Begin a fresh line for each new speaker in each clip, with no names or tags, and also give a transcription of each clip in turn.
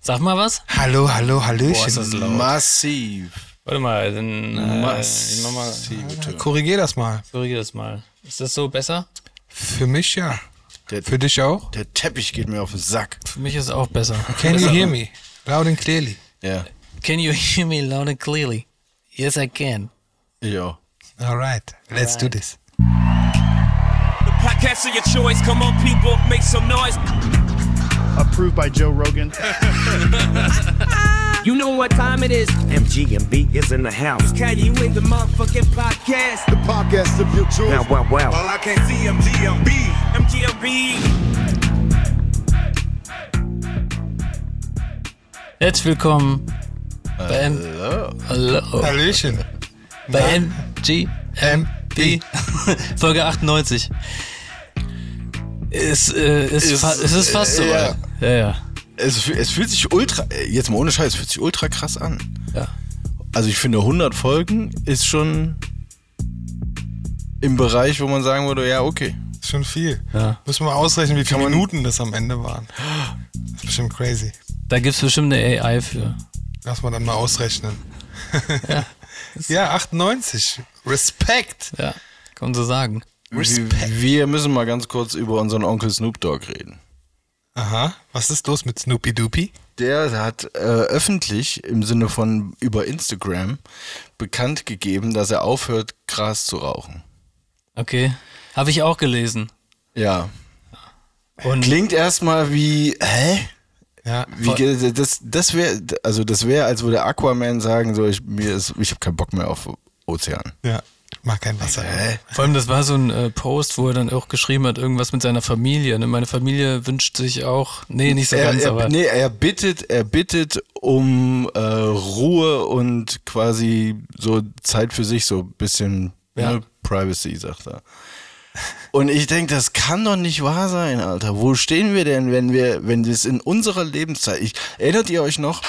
Sag mal was.
Hallo, hallo, Hallöchen.
Boah, ist das laut.
Massiv.
Warte mal, dann äh, ich mach mal,
Massive Töne. Korrigier das mal.
korrigier das mal. Ist das so besser?
Für mich ja.
Der,
Für dich auch?
der Teppich geht mir auf den Sack.
Für mich ist es auch besser.
Can you hear me? Loud and clearly.
Ja,
Can you hear me loud and clearly? Yes, I can.
ich auch.
Alright, let's do this.
The podcast of your choice. Come on, people, make some noise.
approved by Joe Rogan.
You know what time it is.
MGMB is in the house.
Can you in the motherfucking podcast?
the podcast of your choice.
Now, wow, wow.
I can't see MGMB. MGMB.
Herzlich willkommen bei, M
Hallo. Oh.
Hallo.
Hallöchen.
bei NGMB. Folge 98. Es, äh, es,
Ist-
fa es ist fast
äh,
soweit. Ja, ja.
Es, fü- es fühlt sich ultra, äh, jetzt mal ohne Scheiß, es fühlt sich ultra krass an.
ja.
Also ich finde 100 Folgen ist schon im Bereich, wo man sagen würde, ja okay.
Ist schon viel.
Ja.
Müssen wir mal ausrechnen, wie viele Minuten das am Ende waren. Das ist bestimmt crazy.
Da gibt es bestimmt eine AI für.
Lass mal dann mal ausrechnen. Ja, 98. Respekt.
Ja, kann man so sagen.
Wir, wir müssen mal ganz kurz über unseren Onkel Snoop Dogg reden.
Aha, was ist los mit Snoopy Doopy?
Der hat äh, öffentlich im Sinne von über Instagram bekannt gegeben, dass er aufhört, Gras zu rauchen.
Okay. Habe ich auch gelesen.
Ja.
Und
Klingt erstmal wie, hä?
Ja,
Wie, ge- das das wäre, also das wäre, als würde Aquaman sagen, so ich mir ist, ich habe keinen Bock mehr auf Ozean.
ja. Ich mag kein Wasser.
Vor allem, das war so ein äh, Post, wo er dann auch geschrieben hat, irgendwas mit seiner Familie. Ne? Meine Familie wünscht sich auch, nee, nicht so
er,
ganz,
er,
aber
nee, er bittet, er bittet um äh, Ruhe und quasi so Zeit für sich, so ein bisschen
Ja.
ne, Privacy, sagt er. Und ich denke, das kann doch nicht wahr sein, Alter. Wo stehen wir denn, wenn wir, wenn das in unserer Lebenszeit. Ich, erinnert ihr euch noch,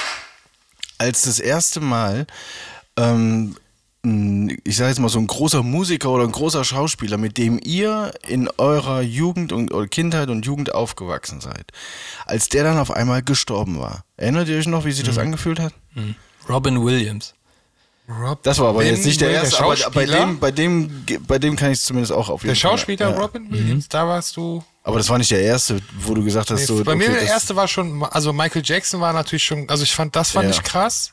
als das erste Mal ähm, ein- ich sage jetzt mal so ein großer Musiker oder ein großer Schauspieler, mit dem ihr in eurer Jugend und oder Kindheit und Jugend aufgewachsen seid, als der dann auf einmal gestorben war. Erinnert ihr euch noch, wie sich
Mhm.
das angefühlt hat?
Robin Williams.
Rob
Das war aber
Ben
jetzt nicht der
Will-
erste, aber
Schauspieler,
bei dem, bei dem, bei dem kann ich es zumindest auch auf jeden
der
Fall-
Schauspieler
ja.
Robin Williams, da warst du.
Aber das war nicht der erste, wo du gesagt hast, so.
bei mir
okay,
der
das-
erste war schon, also Michael Jackson war natürlich schon, also ich fand, das fand
Ja.
ich krass.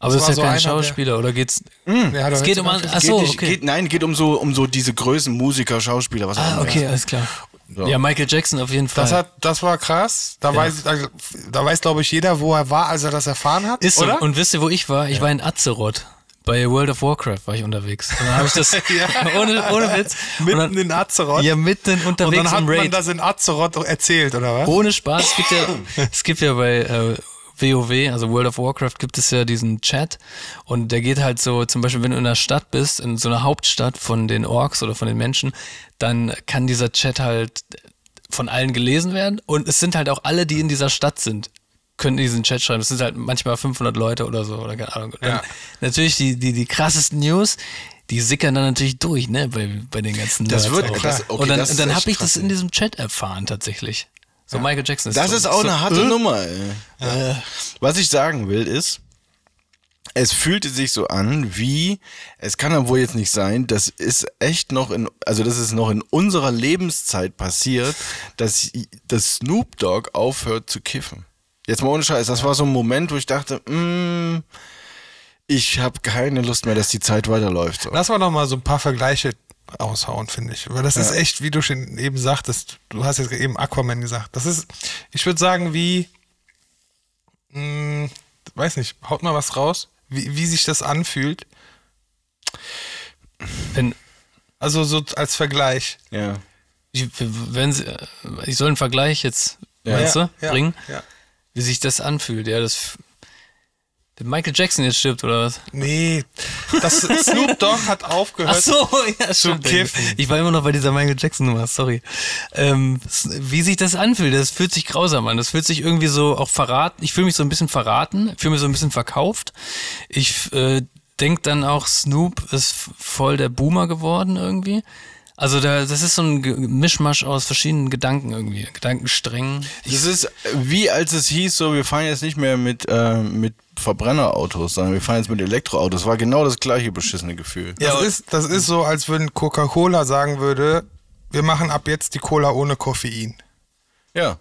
Aber
Das
das ist ja
war
kein
so einer, der-
Schauspieler, oder geht's?
Der hat
Es
doch
geht
jetzt
um
gar
an-
nicht-
ach
Geht
so,
nicht,
okay.
geht, nein, geht um so, um so diese Größen Musiker, Schauspieler, was
Ah,
auch immer.
okay, alles klar.
So.
Ja, Michael Jackson auf jeden Fall.
Das, hat, das war krass. Da weiß, da, da weiß, glaube ich, jeder, wo er war, als er das erfahren hat.
ist so.
oder?
Und wisst ihr, wo ich war? Ich war in Azeroth. Bei World of Warcraft war ich unterwegs. Und dann habe ich das ohne, ohne Witz. und
mitten
dann,
in Azeroth.
ja, mitten
und
unterwegs
dann hat
im
man
Raid.
das in Azeroth erzählt, oder was?
Ohne Spaß, es gibt ja, es gibt ja bei äh, WoW, also World of Warcraft, gibt es ja diesen Chat und der geht halt so, zum Beispiel, wenn du in einer Stadt bist, in so einer Hauptstadt von den Orks oder von den Menschen, dann kann dieser Chat halt von allen gelesen werden und es sind halt auch alle, die in dieser Stadt sind, können in diesen Chat schreiben. Es sind halt manchmal 500 Leute oder so oder keine Ahnung. Und
Ja.
Dann, natürlich die, die, die krassesten News, die sickern dann natürlich durch, ne, bei, bei den ganzen
Das
Nerds
wird-
auch.
das- okay,
Und dann,
das ist
und dann
echt
habe ich
krass,
das in
ey.
diesem Chat erfahren tatsächlich. So Michael Jackson ist
Das
so,
ist auch
so,
eine harte
äh,
Nummer. Ey. Äh, Was ich sagen will ist, es fühlte sich so an, wie es kann ja wohl jetzt nicht sein, das ist echt noch in, also das ist noch in unserer Lebenszeit passiert, dass, dass Snoop Dogg aufhört zu kiffen. Jetzt mal ohne Scheiß, das war so ein Moment, wo ich dachte, mm, ich habe keine Lust mehr, dass die Zeit weiterläuft. So.
Lass mal noch mal so ein paar Vergleiche aushauen, finde ich. Weil das ist echt, wie du schon eben sagtest, du hast jetzt eben Aquaman gesagt. Das ist, ich würde sagen, wie, mh, weiß nicht, haut mal was raus, wie, wie sich das anfühlt.
Wenn,
Also so als Vergleich.
Ja.
ich- wenn sie, äh, ich soll einen Vergleich jetzt meinst du,
ja,
bringen,
Ja.
wie sich das anfühlt. Ja, das, wenn Michael Jackson jetzt stirbt oder was?
Nee, das Snoop Dogg hat aufgehört.
Ach so, ja,
Zum
stimmt.
Kiffen.
Ich war immer noch bei dieser Michael Jackson Nummer, sorry. Ähm, s- wie sich das anfühlt, das fühlt sich grausam an. Das fühlt sich irgendwie so auch verraten. Ich fühle mich so ein bisschen verraten, fühle mich so ein bisschen verkauft. Ich äh, denke dann auch, Snoop ist f- voll der Boomer geworden irgendwie. Also da, das ist so ein Ge- Mischmasch aus verschiedenen Gedanken irgendwie, Gedankensträngen.
Es ist äh, wie als es hieß, so wir fahren jetzt nicht mehr mit, äh, mit Verbrennerautos, sondern wir fahren jetzt mit Elektroautos. War genau das gleiche beschissene Gefühl.
Das, ist, das ist so, als wenn Coca-Cola sagen würde, wir machen ab jetzt die Cola ohne Koffein.
Ja.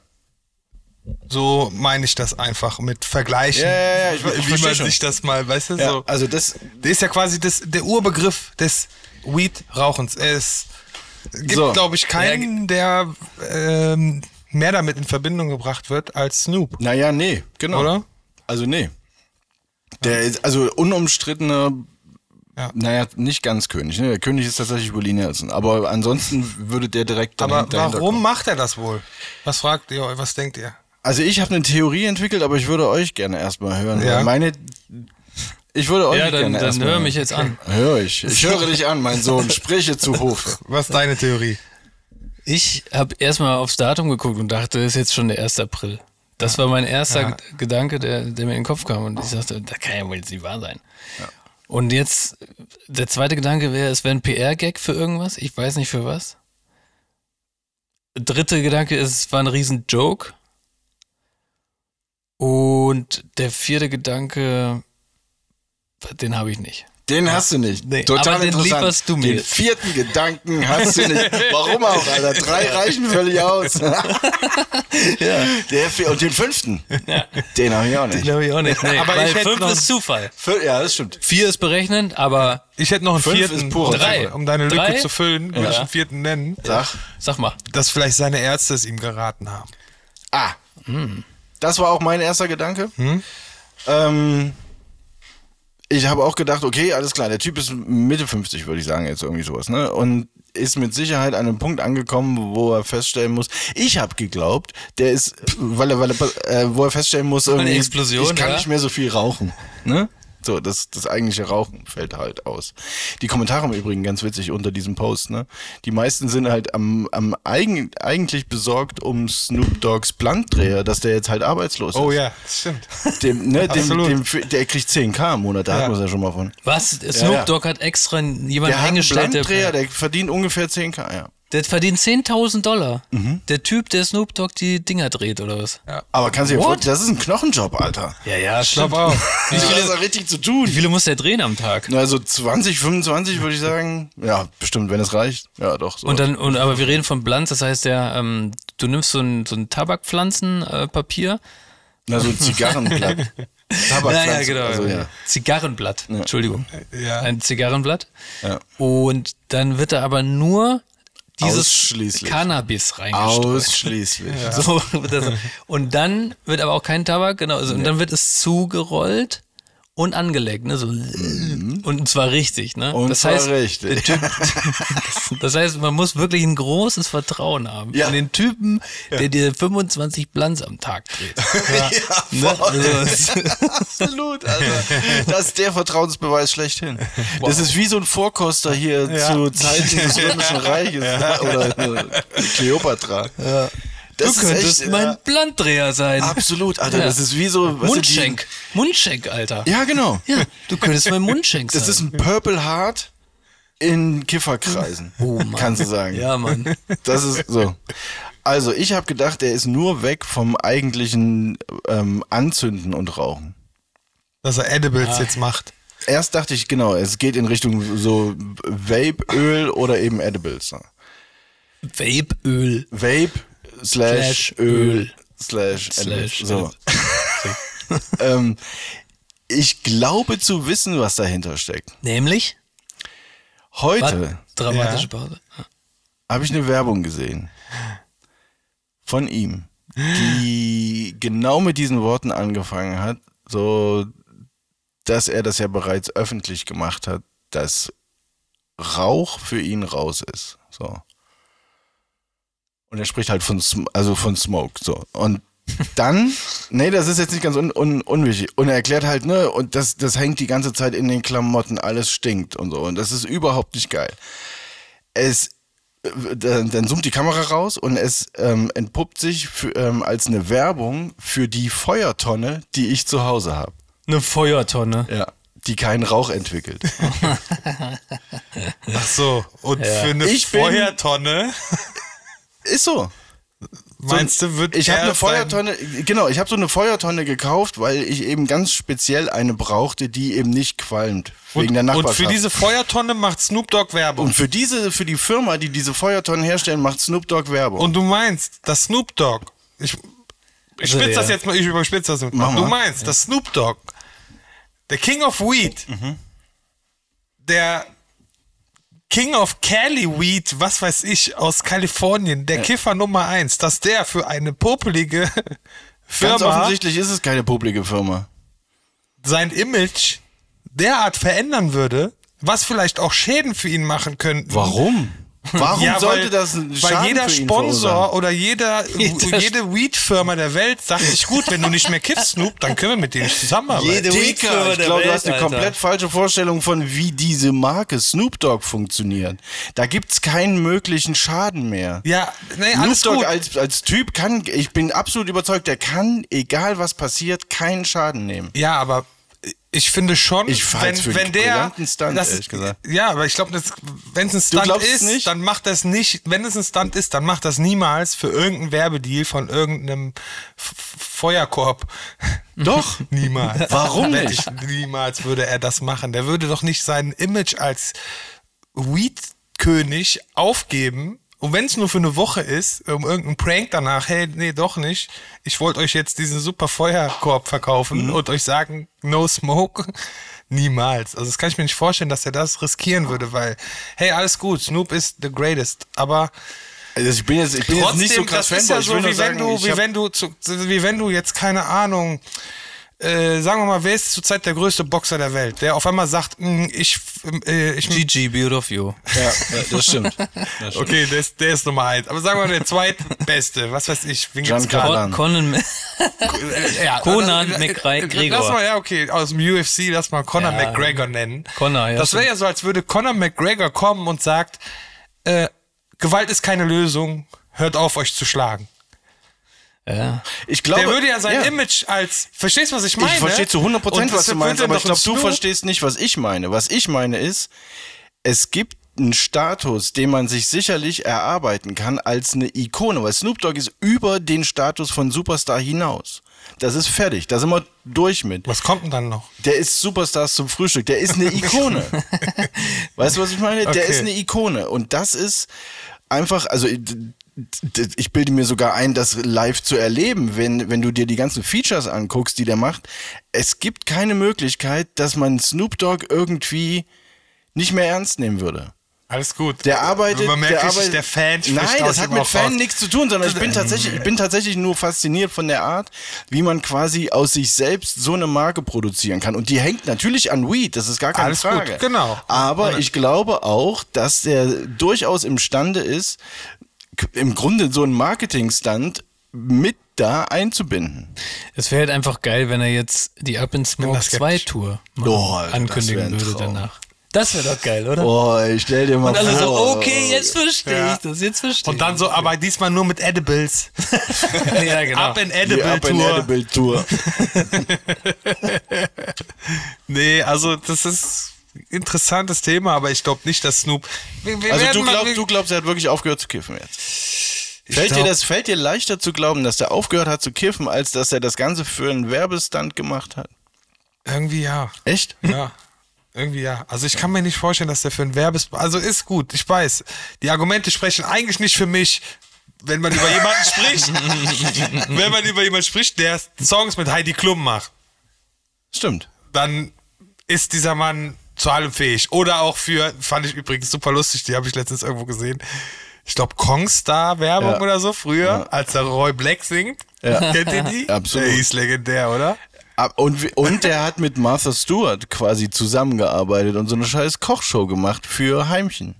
So meine ich das einfach mit Vergleichen.
Ja, ja, ja, ich- ich
wie
verstehe
man
schon.
sich das mal, weißt du,
ja.
so.
Also das,
Der ist ja quasi das, der Urbegriff des Weed-Rauchens. Es gibt,
So.
glaube ich, keinen, der ähm, mehr damit in Verbindung gebracht wird als Snoop,
naja, nee, genau.
oder?
Also nee. Der ist also unumstrittener,
Ja.
naja, nicht ganz König. Ne? Der König ist tatsächlich Willi Nelson. Aber ansonsten würde der direkt dann
Aber
hin- dahinter
warum
kommen.
macht er das wohl? Was fragt ihr, euch? was denkt ihr?
Also ich habe eine Theorie entwickelt, aber ich würde euch gerne erstmal hören.
Ja.
weil Meine, ich würde euch
Ja, dann,
gerne
dann
erstmal
hör mich jetzt an.
Hör ich. Ich höre dich an, mein Sohn. Spreche zu Hofe.
Was ist deine Theorie?
Ich habe erstmal aufs Datum geguckt und dachte, es ist jetzt schon der 1. April. Das war mein erster
Ja.
G- Gedanke, der, der mir in den Kopf kam. Und ich dachte, da kann ja wohl jetzt nicht wahr sein. Und jetzt, der zweite Gedanke wäre, es wäre ein PR-Gag für irgendwas. Ich weiß nicht für was. Dritte Gedanke ist, es war ein riesen Joke. Und der vierte Gedanke, den habe ich nicht.
Den hast du nicht.
Nee,
Total
aber den
interessant.
lieferst du mir.
Den vierten Gedanken hast du nicht. Warum auch, Alter? Drei reichen völlig aus. Der vier, und den fünften. Den habe ich auch nicht.
Glaube ich auch nicht. Nee,
Aber
weil
ich hätte
fünf
noch-
ist Zufall.
Fün- Ja, das stimmt.
Vier ist berechnend, aber
Ich hätte noch einen
Fünf
vierten,
ist purer
Drei.
um deine Lücke
Drei?
zu füllen, würde
Ja.
ich einen vierten nennen,
Sag.
sag mal.
dass vielleicht seine Ärzte es ihm geraten haben.
Ah. Das war auch mein erster Gedanke.
Hm?
Ähm, ich habe auch gedacht, okay, alles klar, der Typ ist Mitte 50, würde ich sagen, jetzt irgendwie sowas, ne? Und ist mit Sicherheit an einem Punkt angekommen, wo er feststellen muss, ich habe geglaubt, der ist, weil er, weil er, äh, wo er feststellen muss, irgendwie,
Explosion,
ich kann
ja.
nicht mehr so viel rauchen, ne? So, das, das eigentliche Rauchen fällt halt aus. Die Kommentare im Übrigen ganz witzig unter diesem Post, ne? Die meisten sind halt am, am eigen, eigentlich besorgt um Snoop Dogs Blattdreher, dass der jetzt halt arbeitslos ist.
Oh ja, das stimmt.
Dem, ne, dem,
Absolut.
dem, der kriegt 10k im Monat, da
Ja.
hat man es ja schon mal von.
Was? Snoop Dogg hat extra jemanden
Der hat einen
eingestellt,
Blattdreher,
der,
der verdient ungefähr 10k, ja.
der verdient 10.000 Dollar.
Mhm.
Der Typ, der Snoop Dogg die Dinger dreht, oder was?
Aber kannst du dir
What?
vorstellen, das ist ein Knochenjob, Alter.
Ja, ja,
Ich glaube auch.
Wie viel ist da richtig zu
Wie
tun?
viele muss der drehen am Tag?
Also 20, 25 würde ich sagen. Ja, bestimmt, wenn es reicht. Ja, doch. So.
Und dann, und, aber wir reden von Blanz, das heißt, der, ähm, du nimmst so ein, so ein Tabakpflanzenpapier. Äh, Papier.
Na, so ein Zigarrenblatt. Tabakpflanze. Also, ja.
genau. Zigarrenblatt, Entschuldigung.
Ja.
Ein Zigarrenblatt.
Ja.
Und dann wird da aber nur dieses
Ausschließlich.
Cannabis reingestreut.
Ausschließlich.
So, wird das. Und dann wird aber auch kein Tabak, genau, also, und dann wird es zugerollt und angelegt, ne? So, Und zwar richtig, ne?
Mhm. Und
das
zwar
heißt,
richtig.
das heißt, man muss wirklich ein großes Vertrauen haben
Ja.
in den Typen, der dir 25 Blunts am Tag dreht.
Ja, voll.
Ne? Also,
Absolut, Alter. Das ist der Vertrauensbeweis schlechthin. Das ist wie so ein Vorkoster hier zu Zeiten des Römischen Reiches oder äh, Kleopatra.
du
Das ist
könntest
echt,
mein
äh,
Bluntdreher sein.
absolut, Alter.
Ja.
Das ist wie so weißt du,
Mundschenk. Mundschenk, Alter.
Die, ja, genau.
Ja, du könntest mein Mundschenk sein.
Das ist ein Purple Heart in Kifferkreisen.
Oh Mann.
Kannst du sagen.
ja, Mann.
Das ist so. Also, ich habe gedacht, der ist nur weg vom eigentlichen ähm, Anzünden und Rauchen.
Dass er Edibles jetzt macht.
Erst dachte ich, genau, es geht in Richtung so Vape-Öl oder eben Edibles. ne?
Vapeöl.
Vape
Slash
slash Öl
Öl.
slash Edibles.
Slash
So. ähm, ich glaube zu wissen, was dahinter steckt.
Nämlich?
Heute
Dramatische Pause.
habe ich eine Werbung gesehen von ihm, die genau mit diesen Worten angefangen hat, so dass er das ja bereits öffentlich gemacht hat, dass Rauch für ihn raus ist. So. Und er spricht halt von, Sm also von Smoke. So. Und dann, nee, das ist jetzt nicht ganz un un unwichtig. Und er erklärt halt, ne, und das, das hängt die ganze Zeit in den Klamotten, alles stinkt und so. Und das ist überhaupt nicht geil. Es dann, dann zoomt die Kamera raus und es ähm, entpuppt sich für, ähm, als eine Werbung für die Feuertonne, die ich zu Hause habe.
Eine Feuertonne.
Ja. die keinen Rauch entwickelt.
Ach so, und für eine
Ich bin-
Feuertonne,
Ist so.
meinst du, wird
Ich habe
er
eine
sein-
Feuertonne, genau, ich habe so eine Feuertonne gekauft, weil ich eben ganz speziell eine brauchte, die eben nicht qualmt. Wegen
Und,
der
und
Nachbarschaft.
für diese Feuertonne macht Snoop Dogg Werbung.
und für diese, für die Firma, die diese Feuertonnen herstellen, macht Snoop Dogg Werbung.
Und du meinst, dass Snoop Dogg. Ich, ich
Also,
spitze
ja.
das jetzt mal, ich überspitze das jetzt
Mach
mal.
mal.
Du meinst, dass Snoop Dogg, der King of Weed,
Mhm.
der King of Cali Weed, was weiß ich, aus Kalifornien, der Kiffer Nummer 1, dass der für eine popelige
ganz
Firma
offensichtlich ist es keine publike Firma.
sein Image derart verändern würde, was vielleicht auch Schäden für ihn machen könnten.
Warum? Warum
Ja,
sollte
weil,
das ein Schaden
Weil jeder
für ihn
Sponsor
verursachen?
oder jeder,
Jeder
jede Weed-Firma der Welt sagt sich, gut, wenn du nicht mehr kiffst, Snoop, dann können wir mit denen zusammenarbeiten.
Jede- Weed
Dicker,
Firma
ich
der
glaube, du
Welt,
hast eine
Alter.
komplett falsche Vorstellung von, wie diese Marke Snoop Dogg funktioniert. Da gibt's keinen möglichen Schaden mehr.
ja, nee,
Snoop
alles
Dogg
gut.
als, als Typ kann, ich bin absolut überzeugt, der kann, egal was passiert, keinen Schaden nehmen.
Ja, aber ich finde schon,
Ich halte es für
wenn, wenn
einen
der,
brillanten Stunt,
das,
ehrlich gesagt.
ja, aber ich glaube, wenn es ein Stunt
glaubst es
ist,
nicht?
dann macht das nicht, wenn es ein Stunt ist, dann macht das niemals für irgendeinen Werbedeal von irgendeinem F Feuerkorb. Mhm.
Doch.
Niemals.
Warum
Wette
nicht?
Ich, niemals würde er das machen. Der würde doch nicht sein Image als Weed-König aufgeben. Und wenn es nur für eine Woche ist, um irgendeinen Prank danach, hey, nee, doch nicht. Ich wollte euch jetzt diesen super Feuerkorb verkaufen
Mhm.
und euch sagen, no smoke. Niemals. Also das kann ich mir nicht vorstellen, dass er das riskieren würde, weil, hey, alles gut, Snoop ist the greatest. Aber
Also ich bin jetzt, ich bin jetzt
trotzdem,
nicht so krass
das ist ja
Fanboy.
so,
ich will
wie,
nur
wenn
sagen,
du,
ich
wie,
hab-
wenn du zu, wie wenn du jetzt, keine Ahnung, äh, sagen wir mal, wer ist zurzeit der größte Boxer der Welt, der auf einmal sagt, "Mm, ich, äh, ich
GG, Beauty of You.
ja, ja, das stimmt. Das stimmt.
Okay, der ist, der ist Nummer eins. Aber sagen wir mal, der zweitbeste, was weiß ich, wen gibt's
Giancarlo.
gerade?
Con
Alan.
Conan,
Ja,
Conan
also, äh,
McGregor.
äh, Lass mal, ja, okay, aus dem UFC, lass mal Conor
Ja.
McGregor nennen.
Conor, ja,
Das wäre
stimmt.
ja so, als würde Conor McGregor kommen und sagt, äh, Gewalt ist keine Lösung, hört auf, euch zu schlagen.
ja.
Ich glaube,
der würde ja sein Image als. Verstehst du, was ich meine?
Ich verstehe zu 100
Und
Prozent, was du
deshalb
meinst,
wird
aber
er
ich
doch
glaube, du
Snoop-
verstehst nicht, was ich meine. Was ich meine ist, es gibt einen Status, den man sich sicherlich erarbeiten kann als eine Ikone, weil Snoop Dogg ist über den Status von Superstar hinaus. Das ist fertig, da sind wir durch mit.
Was kommt denn dann noch?
Der ist Superstars zum Frühstück. Der ist eine Ikone. weißt du, was ich meine? Der
Okay.
ist eine Ikone. Und das ist einfach, also d- d- ich bilde mir sogar ein, das live zu erleben, wenn, wenn du dir die ganzen Features anguckst, die der macht. Es gibt keine Möglichkeit, dass man Snoop Dogg irgendwie nicht mehr ernst nehmen würde.
Alles gut.
Der arbeitet.
Man merkt
der,
richtig,
arbeitet,
der Fan spricht
Nein,
aus
das hat
ihm
mit
auch
Fan
raus.
nichts zu tun, sondern ich bin tatsächlich, ich bin tatsächlich nur fasziniert von der Art, wie man quasi aus sich selbst so eine Marke produzieren kann. Und die hängt natürlich an Weed, das ist gar keine
Alles gut,
Frage.
genau.
Aber ich glaube auch, dass der durchaus imstande ist, k- im Grunde so einen Marketing-Stunt mit da einzubinden.
Es wäre halt einfach geil, wenn er jetzt die Up in Smoke
da skeptisch.
2 Tour mal
Oh, Alter, das wär
ankündigen
ein
würde
Traum.
danach. Das wäre doch geil, oder?
Oh, ich stell dir mal
Und alle
vor.
so, okay, jetzt verstehe
Ja.
ich das, jetzt verstehe
Und dann so, aber diesmal nur mit Edibles.
ich. ja, genau.
Up in
Die
Edible
Up and
Tour.
Edible Tour.
Nee, also das ist ein interessantes Thema, aber ich glaube nicht, dass Snoop. Wir, wir
Also
werden
du
mal-
glaubst,
wir-
du glaubst, er hat wirklich aufgehört zu kiffen jetzt. Fällt
glaub-
dir das, fällt dir leichter zu glauben, dass er aufgehört hat zu kiffen, als dass er das Ganze für einen Werbestunt gemacht hat?
Irgendwie ja.
Echt?
Ja. Irgendwie ja. Also ich kann mir nicht vorstellen, dass der für ein Werbes. Also ist gut, ich weiß. Die Argumente sprechen eigentlich nicht für mich, wenn man über jemanden spricht. wenn man über jemanden spricht, der Songs mit Heidi Klum macht,
Stimmt.
dann ist dieser Mann zu allem fähig. Oder auch für, fand ich übrigens super lustig, die habe ich letztens irgendwo gesehen. Ich glaube, Kongstar-Werbung
Ja.
oder so früher, als der Roy Black singt.
Ja.
Kennt ihr die?
Absolut.
Der ist legendär, oder?
Ab- Und, wi- und er hat mit Martha Stewart quasi zusammengearbeitet und so eine scheiß Kochshow gemacht für Heimchen.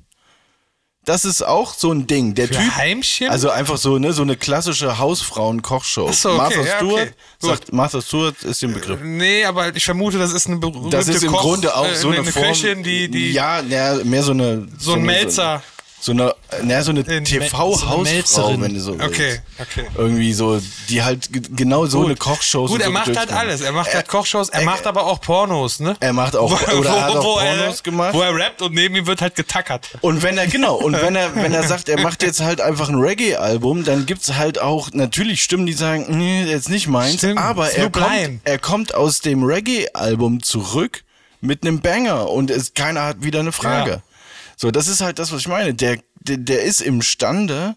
Das ist auch so ein Ding. Der
Für
Typ.
Heimchen?
Also einfach so, ne, so eine klassische Hausfrauen-Kochshow.
Ach so, okay,
Martha
ja, okay.
Stewart
Gut. Äh,
sagt, Martha Stewart ist den Begriff.
Nee, aber ich vermute, das ist eine berühmte
Das ist im
Koch,
Grunde auch
äh,
so eine, Form.
Köchin, die, die
ja, ja, mehr so eine.
so ein
eine-
Melzer.
So eine, na, so eine
In-
so
TV-Hausfrau,
eine Melzerin.
wenn du so willst.
Okay, okay.
Irgendwie so, die halt g- genau so eine Kochshow.
Gut,
und
er
so
macht halt
durchmacht.
alles. Er macht halt Kochshows, er macht aber auch Pornos, ne?
äh, Er macht auch- oder er hat auch Pornos
er,
gemacht.
Wo er rappt und neben ihm wird halt getackert.
Und wenn er, genau, und wenn er, wenn er sagt, er macht jetzt halt einfach ein Reggae-Album, dann gibt's halt auch natürlich Stimmen, die sagen, nee, jetzt nicht meins,
Stimmt,
aber er
Snoop
kommt,
Lion.
er kommt aus dem Reggae-Album zurück mit einem Banger und es, keiner hat wieder eine Frage.
Ja.
So, das ist halt das, was ich meine. Der, der, der ist imstande,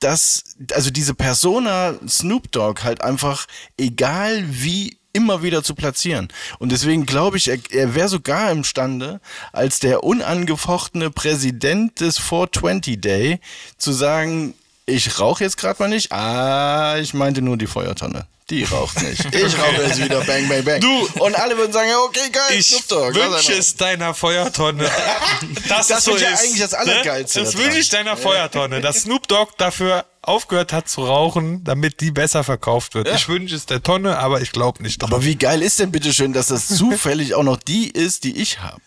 dass, also diese Persona Snoop Dogg halt einfach, egal wie, immer wieder zu platzieren. Und deswegen glaube ich, er, er wäre sogar imstande, als der unangefochtene Präsident des 420 Day zu sagen, ich rauche jetzt gerade mal nicht, ah, ich meinte nur die Feuertonne. Die raucht nicht. Ich rauche jetzt wieder, bang, bang, bang.
Du-
Und alle würden sagen, ja, okay, geil,
Ich
Snoop Dogg. lass
wünsche
einfach.
es deiner Feuertonne. dass
Das
es so
ist ja
ist,
eigentlich das Allergeilste
Ne? Das
daran.
wünsche ich deiner Feuertonne, dass Snoop Dogg dafür aufgehört hat zu rauchen, damit die besser verkauft wird. Ich wünsche es der Tonne, aber ich glaube nicht dran.
Aber wie geil ist denn bitte schön, dass das zufällig auch noch die ist, die ich habe?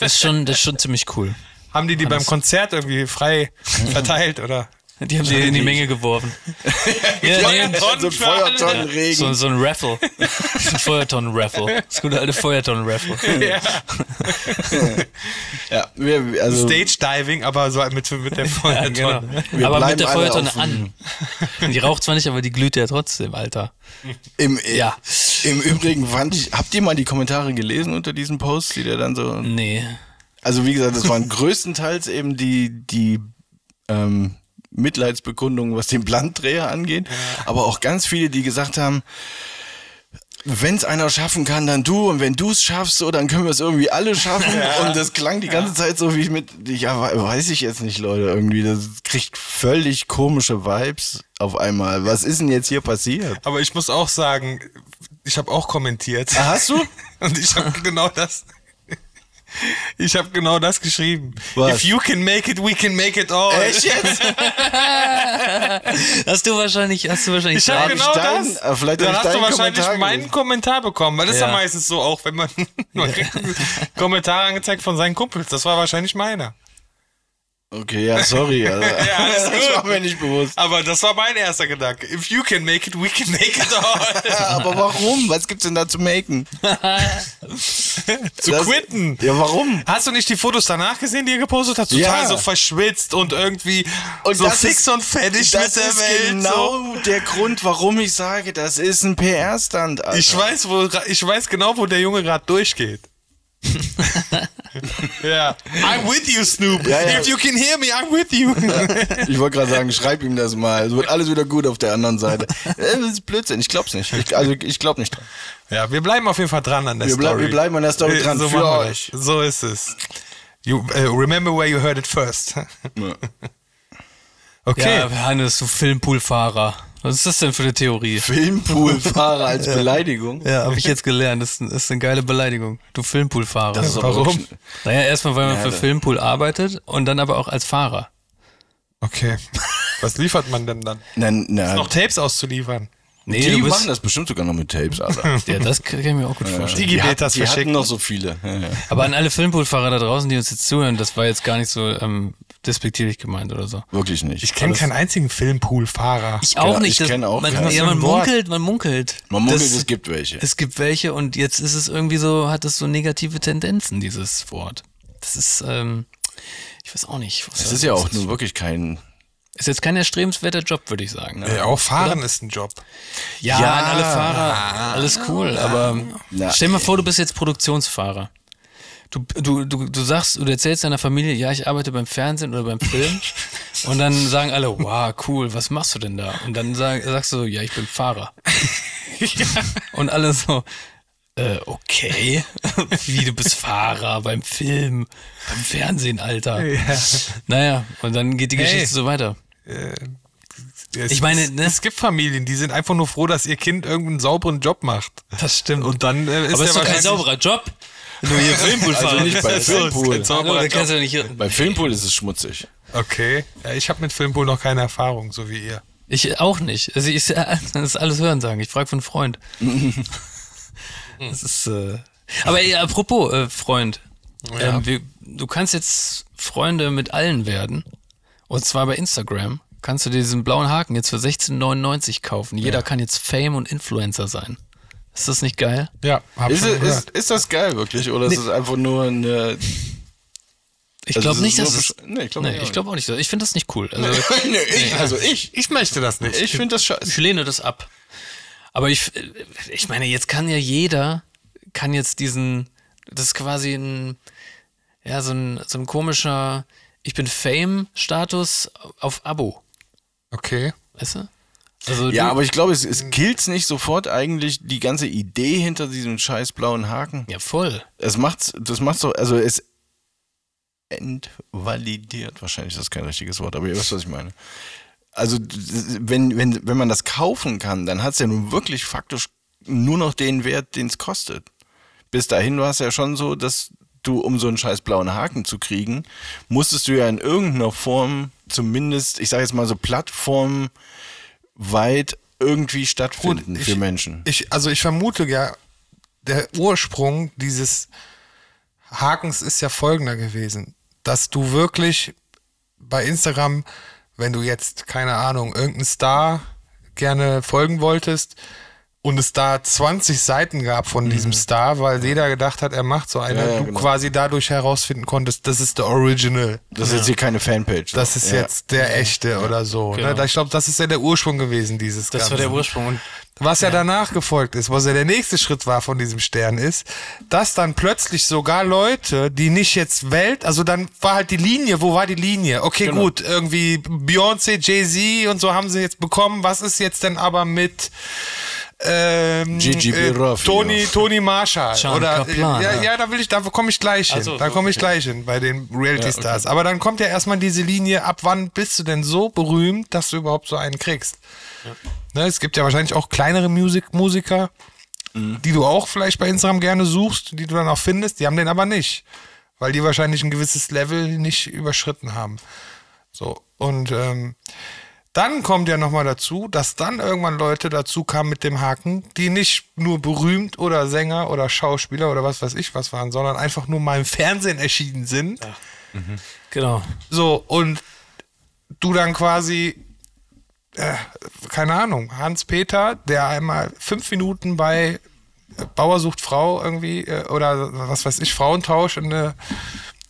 Das ist schon, das ist schon ziemlich cool.
Haben die die beim Konzert irgendwie frei verteilt oder?
Die haben sie in die Menge geworfen. ja, nee,
Feuertonnen
Äh, So
so,
für alle.
ein Feuertonnenregen.
so ein Raffle. So ein Feuertonnen-Raffle. Das gute alte Feuertonnen-Raffle.
Ja.
Ja, wir, also
Stage Diving, aber so mit, mit der
Ja,
Feuertonne.
genau.
Wir
aber
bleiben
mit der
alle
Feuertonne
auf
an. Die raucht zwar nicht, aber die glüht ja trotzdem, Alter.
im,
Ja.
im Übrigen fand ich, habt ihr mal die Kommentare gelesen unter diesem Post, die der dann so.
Nee.
Also wie gesagt, das waren größtenteils eben die, die ähm, Mitleidsbekundungen, was den Blanddreher angeht, aber auch ganz viele, die gesagt haben, wenn es einer schaffen kann, dann du. Und wenn du es schaffst, so, dann können wir es irgendwie alle schaffen. Und das klang die ganze Zeit so, wie ich mit, ja, we- weiß ich jetzt nicht, Leute, irgendwie. Das kriegt völlig komische Vibes auf einmal. Was ist denn jetzt hier passiert?
Aber ich muss auch sagen, ich habe auch kommentiert.
Ah, Hast du?
Und ich habe genau das. Ich habe genau das geschrieben.
Was?
If you can make it, we can make it all.
Echt jetzt?
Hast du wahrscheinlich, hast du wahrscheinlich
Ich
gerade-
habe genau
ich deinen-
das.
äh, vielleicht hab
Dann
ich
hast du
deinen
wahrscheinlich
Kommentar
meinen
gelesen.
Kommentar bekommen, weil das
Ja.
ist ja meistens so auch, wenn man, man kriegt einen Kommentar angezeigt von seinen Kumpels. Das war wahrscheinlich meiner.
Okay, ja, sorry. Alter.
Ja, alles
das
gut.
war mir nicht bewusst.
Aber das war mein erster Gedanke. If you can make it, we can make it all.
Aber warum? Was gibt's denn da zu maken?
Zu
Das-
quitten.
Ja, warum?
Hast du nicht die Fotos danach gesehen, die er gepostet hat? Total
Ja.
so verschwitzt und irgendwie
Und
so
das
fix
ist-
und fertig
das
mit der
ist
Welt. so.
genau der Grund, warum ich sage, das ist ein PR-Stand.
Ich weiß, wo, ich weiß genau, wo der Junge gerade durchgeht. ja. I'm with you, Snoop.
Ja, ja.
If you can hear me, I'm with you.
Ich wollte gerade sagen, schreib ihm das mal. Es wird alles wieder gut auf der anderen Seite. Äh, Das ist Blödsinn. Ich glaub's nicht. Ich, also ich glaub nicht dran.
ja, wir bleiben auf jeden Fall dran an der
Wir, bleib,
Story.
wir bleiben an der Story
Äh,
dran.
So,
für
machen wir
euch.
das. so ist es. You, äh, remember where you heard it first. okay.
Ja, Hannes, du Filmpoolfahrer. Was ist das denn für eine Theorie?
Filmpoolfahrer als Beleidigung.
Ja, habe ich jetzt gelernt. Das ist, ein- das ist eine geile Beleidigung. Du Filmpoolfahrer.
Das ist aber
Warum?
wirklich-
Naja, erstmal, weil man für
da-
Filmpool arbeitet und dann aber auch als Fahrer.
Okay. Was liefert man denn dann?
Nein, nein.
Noch Tapes auszuliefern.
Nee,
die
du bist,
machen das bestimmt sogar noch mit Tapes, Alter.
Ja, das kann ich mir auch gut vorstellen.
Die
hatten-
Betas
die hatten
verschicken.
noch so viele. Ja, ja.
Aber an alle Filmpoolfahrer da draußen, die uns jetzt zuhören, das war jetzt gar nicht so ähm, despektierlich gemeint oder so.
Wirklich nicht.
Ich kenne keinen einzigen Filmpool-Fahrer.
Ich auch
Ja,
nicht.
Genau, ich
das-
kenne auch
man,
keinen.
ja,
Das
man
ist ein Wort.
munkelt, man munkelt.
Man munkelt,
Das-
es gibt welche.
Es gibt welche und jetzt ist es irgendwie so, hat es so negative Tendenzen, dieses Wort. Das ist, ähm, ich weiß auch nicht. was
Es
das
ist ja auch nur wirklich kein.
Ist jetzt kein erstrebenswerter Job, würde ich sagen.
Äh, auch fahren ist ein Job.
Ja, an alle Fahrer, alles cool, aber
Na,
stell mal vor, du bist jetzt Produktionsfahrer. Du, du, du, du sagst, du erzählst deiner Familie, ja, ich arbeite beim Fernsehen oder beim Film. und dann sagen alle, wow, cool, was machst du denn da? Und dann sag, sagst du, ja, ich bin Fahrer. Und alle so, äh, okay, wie du bist Fahrer beim Film, beim Fernsehen, Alter. Naja, und dann geht die
Hey.
Geschichte so weiter.
Es,
Ich meine, ne?
es gibt Familien, die sind einfach nur froh, dass ihr Kind irgendeinen sauberen Job macht.
Das stimmt.
Und dann äh, ist
aber
der
ist doch kein
wahrscheinlich-
sauberer Job, wenn du hier Filmpoolfahrer
Also nicht bei
bist.
Filmpool.
Kein sauberer
Hallo, da
Job.
kannst du ja nicht hier.
Bei Filmpool ist es schmutzig.
Okay. Ja, ich habe mit Filmpool noch keine Erfahrung, so wie ihr.
Ich auch nicht. Also ich, das ist alles hören sagen. Ich frage von Freund. das ist. Äh, aber äh, apropos äh, Freund,
Ja.
Ähm, wir, du kannst jetzt Freunde mit allen werden. Und zwar bei Instagram kannst du dir diesen blauen Haken jetzt für 16,99 kaufen. Jeder kann jetzt Fame und Influencer sein. Ist das nicht geil?
Ja, hab
Ist,
schon
es-
gehört.
ist, ist das geil wirklich oder ist es einfach nur eine...
Ich
Also
glaube
das
nicht,
ist
dass
nur
es.
besch- Nee, ich glaub
nee,
auch
ich
nicht.
glaub auch nicht. Ich finde das nicht cool. Also,
Nee, ich, also ich,
ich möchte das nicht.
ich finde das scheiße.
ich lehne das ab. Aber ich, ich meine, jetzt kann ja jeder, kann jetzt diesen, das ist quasi ein, ja, so ein, so ein komischer, ich bin Fame-Status auf Abo,
okay.
weißt du? Also
Ja,
du,
aber ich glaube, es, es killt nicht sofort eigentlich die ganze Idee hinter diesem scheiß blauen Haken.
ja, voll.
Es macht's, das macht's doch, also es entvalidiert, wahrscheinlich ist das kein richtiges Wort, aber ihr wisst, was ich meine. Also, d- d- wenn, wenn, wenn man das kaufen kann, dann hat's ja nun wirklich faktisch nur noch den Wert, den es kostet. Bis dahin war es ja schon so, dass du, um so einen scheiß blauen Haken zu kriegen, musstest du ja in irgendeiner Form zumindest, ich sage jetzt mal so plattformweit irgendwie stattfinden für Menschen.
Ich, also ich vermute ja, der Ursprung dieses Hakens ist ja folgender gewesen, dass du wirklich bei Instagram, wenn du jetzt, keine Ahnung, irgendeinen Star gerne folgen wolltest und es da 20 Seiten gab von diesem Star, weil jeder gedacht hat, er macht so eine,
Mhm. Ja, ja,
du
genau.
quasi dadurch herausfinden konntest, das ist der Original.
das ist jetzt hier keine Fanpage.
Das ist
Ja.
jetzt der echte oder so.
Genau.
Ne? Ich glaube, das ist ja der Ursprung gewesen, dieses
Das war
Ganzen.
der Ursprung. Und
Was ja danach gefolgt ist, was ja der nächste Schritt war von diesem Stern ist, dass dann plötzlich sogar Leute, die nicht jetzt Welt, also dann war halt die Linie, wo war die Linie? Okay,
Genau.
gut, irgendwie Beyoncé, Jay-Z und so haben sie jetzt bekommen. Was ist jetzt denn aber mit ähm,
Gigi Biroffi,
Tony,
ja.
Tony Marshall
Sean
oder
Kaplan,
ja,
ja.
ja, da will ich, da komme ich gleich hin.
Ach so,
da komme ich
okay.
gleich hin bei den Reality Stars. Aber dann kommt ja erstmal diese Linie, ab wann bist du denn so berühmt, dass du überhaupt so einen kriegst? Ne, es gibt ja wahrscheinlich auch kleinere Musik Musiker,
Mhm.
die du auch vielleicht bei Instagram gerne suchst, die du dann auch findest, die haben den aber nicht, weil die wahrscheinlich ein gewisses Level nicht überschritten haben. So, und ähm, dann kommt ja nochmal dazu, dass dann irgendwann Leute dazu kamen mit dem Haken, die nicht nur berühmt oder Sänger oder Schauspieler oder was weiß ich was waren, sondern einfach nur mal im Fernsehen erschienen sind.
genau.
So, und du dann quasi, äh, keine Ahnung, Hans-Peter, der einmal fünf Minuten bei äh, Bauer sucht Frau irgendwie äh, oder was weiß ich, Frauentausch in eine,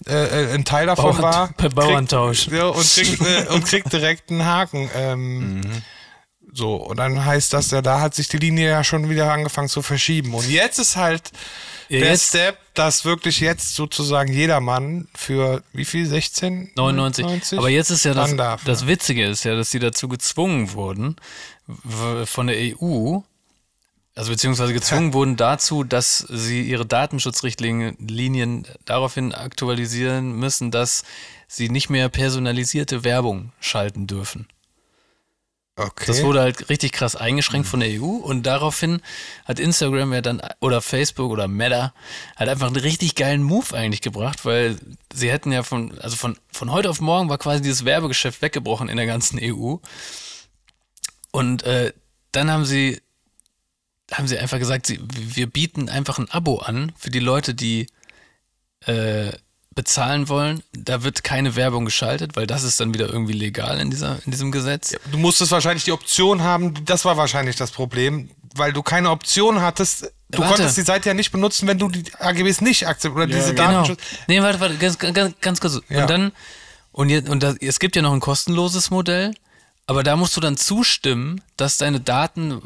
äh, äh, ein Teil davon
Bauern-
war.
bei Bauerntausch.
Kriegt, ja, und, kriegt, äh, und kriegt direkt einen Haken. Ähm, So, und dann heißt das ja, da hat sich die Linie ja schon wieder angefangen zu verschieben. Und jetzt ist halt
Ja,
der
jetzt-
Step, dass wirklich jetzt sozusagen jedermann für wie viel? 16?
99. Aber jetzt ist ja das,
Dann darf,
das Witzige ist ja, dass die dazu gezwungen wurden w- von der EU, also beziehungsweise gezwungen wurden dazu, dass sie ihre Datenschutzrichtlinien daraufhin aktualisieren müssen, dass sie nicht mehr personalisierte Werbung schalten dürfen.
okay.
Das wurde halt richtig krass eingeschränkt von der EU und daraufhin hat Instagram ja dann oder Facebook oder Meta halt einfach einen richtig geilen Move eigentlich gebracht, weil sie hätten ja von, also von, von heute auf morgen war quasi dieses Werbegeschäft weggebrochen in der ganzen EU. Und äh, dann haben sie, haben sie einfach gesagt, sie, wir bieten einfach ein Abo an für die Leute, die äh, bezahlen wollen. Da wird keine Werbung geschaltet, weil das ist dann wieder irgendwie legal in, dieser, in diesem Gesetz.
du musstest wahrscheinlich die Option haben, das war wahrscheinlich das Problem, weil du keine Option hattest. Du
Warte.
konntest die Seite ja nicht benutzen, wenn du die AGBs nicht akzeptierst oder diese
Genau.
Datenschutz.
Nee, warte, warte, ganz, ganz, ganz kurz.
Ja.
Und dann, und, jetzt, und das, es gibt ja noch ein kostenloses Modell, aber da musst du dann zustimmen, dass deine Daten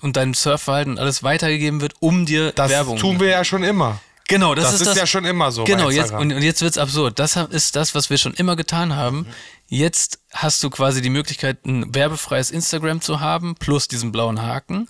und dein Surfverhalten alles weitergegeben wird, um dir
Das
Werbung.
tun wir ja schon immer.
Genau, das,
Das
ist
ist
das,
ja schon immer so bei
Genau, jetzt,
Instagram.
und, und jetzt wird's absurd. Das ha- ist das, was wir schon immer getan haben. Jetzt hast du quasi die Möglichkeit, ein werbefreies Instagram zu haben, plus diesen blauen Haken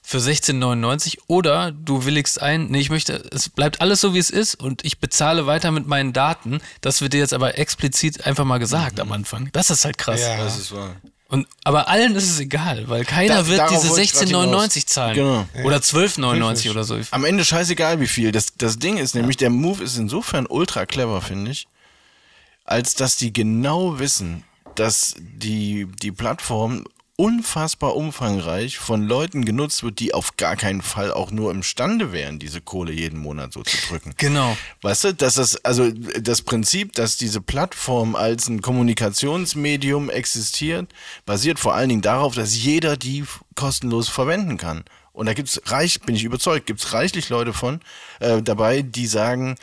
für 16,99 oder du willigst ein, nee, ich möchte, es bleibt alles so, wie es ist und ich bezahle weiter mit meinen Daten. Das wird dir jetzt aber explizit einfach mal gesagt am Anfang. Das ist halt krass.
Ja.
Das ist wahr.
Und, aber allen ist es egal, weil keiner
Da-
wird
darauf
diese
wollte ich grad
16,99
hinaus.
zahlen.
Genau.
Oder 12,99 oder so. Ich-
Am Ende scheißegal, wie viel. Das, das Ding ist nämlich, der Move ist insofern ultra clever, finde ich, als dass die genau wissen, dass die, die Plattform unfassbar umfangreich von Leuten genutzt wird, die auf gar keinen Fall auch nur imstande wären, diese Kohle jeden Monat so zu drücken.
Genau.
Weißt du, dass das, also das Prinzip, dass diese Plattform als ein Kommunikationsmedium existiert, basiert vor allen Dingen darauf, dass jeder die f- kostenlos verwenden kann. Und da gibt's reich, bin ich überzeugt, gibt's reichlich Leute von äh, dabei, die sagen,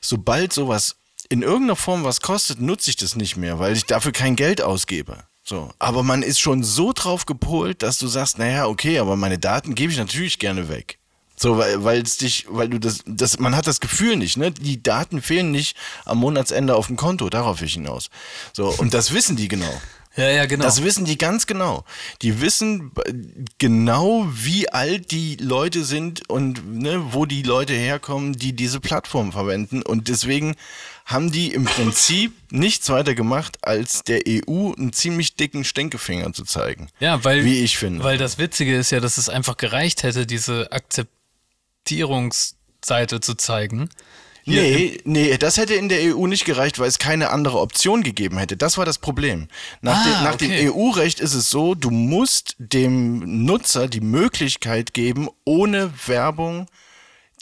sobald sowas in irgendeiner Form was kostet, nutze ich das nicht mehr, weil ich dafür kein Geld ausgebe. So. Aber man ist schon so drauf gepolt, dass du sagst, naja, okay, aber meine Daten gebe ich natürlich gerne weg. So, weil, weil es dich, weil du das, das, man hat das Gefühl nicht, ne? Die Daten fehlen nicht am Monatsende auf dem Konto, darauf will ich hinaus. So, und das wissen die genau.
Ja, ja, genau.
Das wissen die ganz genau. Die wissen b- genau, wie alt die Leute sind und ne, wo die Leute herkommen, die diese Plattform verwenden. Und deswegen haben die im Prinzip nichts weiter gemacht, als der EU einen ziemlich dicken Stinkefinger zu zeigen.
ja, weil,
Wie ich finde.
Weil das Witzige ist ja, dass es einfach gereicht hätte, diese Akzeptierungsseite zu zeigen. Hier
Nee, nee, das hätte in der EU nicht gereicht, weil es keine andere Option gegeben hätte. Das war das Problem. Nach,
Ah,
dem- nach
okay.
dem EU-Recht ist es so, du musst dem Nutzer die Möglichkeit geben, ohne Werbung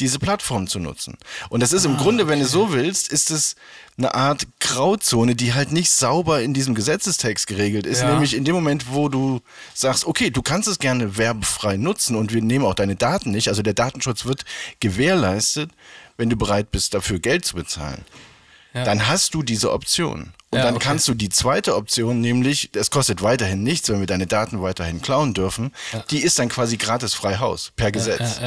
diese Plattform zu nutzen. Und das ist
Ah,
im Grunde, wenn du so willst, ist es eine Art Grauzone, die halt nicht sauber in diesem Gesetzestext geregelt ist.
Ja.
Nämlich in dem Moment, wo du sagst, okay, du kannst es gerne werbefrei nutzen und wir nehmen auch deine Daten nicht. Also der Datenschutz wird gewährleistet, wenn du bereit bist, dafür Geld zu bezahlen. Dann hast du diese Option. Und
Ja,
dann
okay.
kannst du die zweite Option, nämlich, es kostet weiterhin nichts, wenn wir deine Daten weiterhin klauen dürfen, die ist dann quasi gratis frei Haus per Gesetz.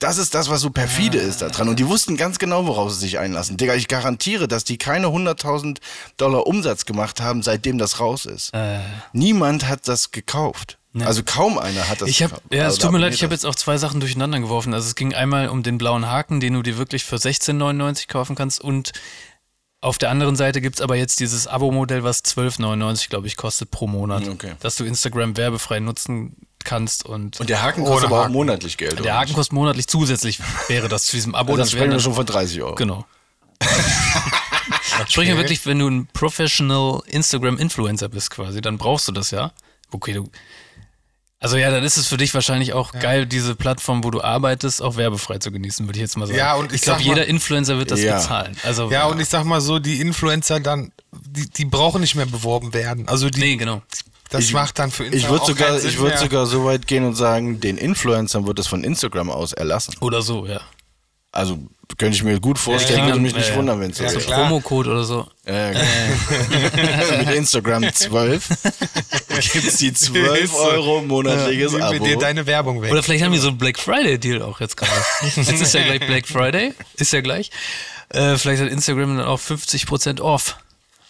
Das ist das, was so perfide ist da dran. Und die wussten ganz genau, worauf sie sich einlassen. Digga, ich garantiere, dass die keine 100.000 Dollar Umsatz gemacht haben, seitdem das raus ist.
Äh.
Niemand hat das gekauft. Also kaum einer hat das
Ich habe,
gekauft.
ja, es
Also
tut mir
abonniert
leid, ich habe
das.
jetzt auch zwei Sachen durcheinander geworfen. Also es ging einmal um den blauen Haken, den du dir wirklich für 16,99 kaufen kannst und auf der anderen Seite gibt es aber jetzt dieses Abo-Modell, was 12,99 glaube ich kostet pro Monat,
Hm, Okay.
dass du Instagram werbefrei nutzen kannst und,
Und der Haken kostet aber auch monatlich Geld.
der
oder
Haken
nicht?
kostet monatlich zusätzlich wäre das zu diesem Abo.
Also dann
das wären
sprechen wir
dann-
schon von 30 Euro.
Genau. Sprich mir wirklich, wenn du ein Professional Instagram Influencer bist quasi, dann brauchst du das ja. Okay, du. Also ja, dann ist es für dich wahrscheinlich auch geil, diese Plattform, wo du arbeitest, auch werbefrei zu genießen, würde ich jetzt mal sagen.
Ja, und ich
ich glaube,
sag mal-
jeder Influencer wird das
Ja.
bezahlen. Also
Ja, und ich sag mal so, die Influencer dann, die, die brauchen nicht mehr beworben werden. Also die,
nee, genau.
das
Ich-
macht dann für
Ich
Instagram
würde
auch
sogar,
keinen Sinn
ich würd
mehr.
sogar so weit gehen und sagen, den Influencern wird das von Instagram aus erlassen.
Oder so, ja.
Also könnte ich mir gut vorstellen,
kriegen
würde
dann-
mich nicht
ja, ja.
wundern, wenn es so
Ja,
wäre.
klar.
Promocode oder so.
Ja,
Äh.
genau. Mit Instagram 12 gibt's die 12 Euro monatliges
Nehmen wir
Abo.
dir deine Werbung weg.
Oder vielleicht haben die so einen Black Friday Deal auch jetzt gerade. jetzt ist ja gleich Black Friday, ist ja gleich. Äh, vielleicht hat Instagram dann auch 50% off.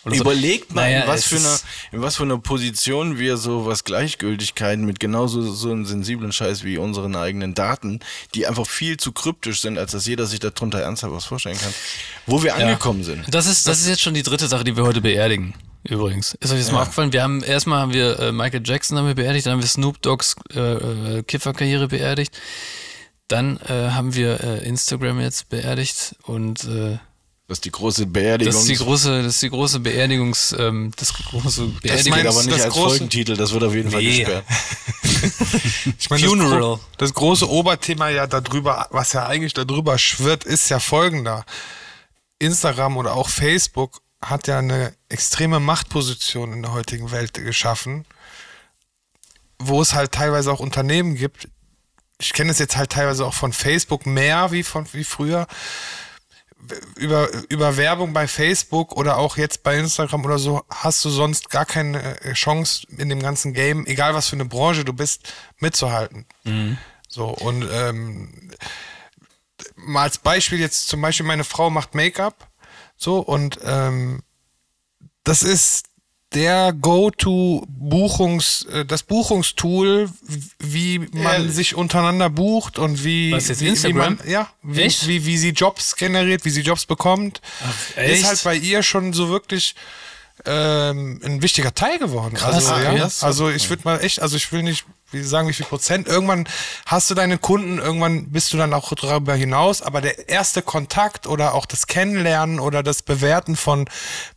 Oder so.
Überlegt Also, mal,
Naja,
in, was
es
für eine,
ist-
in was für einer Position wir so was Gleichgültigkeiten mit genauso so einem sensiblen Scheiß wie unseren eigenen Daten, die einfach viel zu kryptisch sind, als dass jeder sich darunter ernsthaft was vorstellen kann, wo wir angekommen sind.
Das ist, das ist jetzt schon die dritte Sache, die wir heute beerdigen. Übrigens. Ist euch das mal aufgefallen? Wir haben, erstmal haben wir äh, Michael Jackson haben wir beerdigt, dann haben wir Snoop Dogs äh, äh, Kifferkarriere beerdigt. Dann äh, haben wir äh, Instagram jetzt beerdigt und äh,
Das ist die große Beerdigung.
das ist die große, das ist die große Beerdigungs, ähm, das große
das
Beerdigung.
geht
meinst
aber
du,
nicht
das
als
große-
Folgentitel, das wird auf jeden Fall
Nee.
gesperrt.
Ich meine, das
Funeral.
gro- Das, große Oberthema ja darüber, was ja eigentlich darüber schwirrt, ist ja folgender. Instagram oder auch Facebook hat ja eine extreme Machtposition in der heutigen Welt geschaffen, wo es halt teilweise auch Unternehmen gibt. Ich kenne es jetzt halt teilweise auch von Facebook mehr wie von wie früher. Über, über Werbung bei Facebook oder auch jetzt bei Instagram oder so hast du sonst gar keine äh, Chance in dem ganzen Game, egal was für eine Branche du bist, mitzuhalten.
Mhm.
So, und ähm, mal als Beispiel jetzt zum Beispiel, meine Frau macht Make-up, so, und ähm, das ist der Go-To-Buchungs, äh, das Buchungstool, wie man sich untereinander bucht und wie,
Was jetzt
wie,
Instagram?
wie man, ja, wie,
Echt?
wie, wie sie Jobs generiert, wie sie Jobs bekommt,
echt?
ist halt bei ihr schon so wirklich ähm, ein wichtiger Teil geworden.
Krass,
also,
okay.
ja, also ich würde mal echt, also ich will nicht wie sagen, wie viel Prozent. Irgendwann hast du deine Kunden, irgendwann bist du dann auch darüber hinaus, aber der erste Kontakt oder auch das Kennenlernen oder das Bewerten von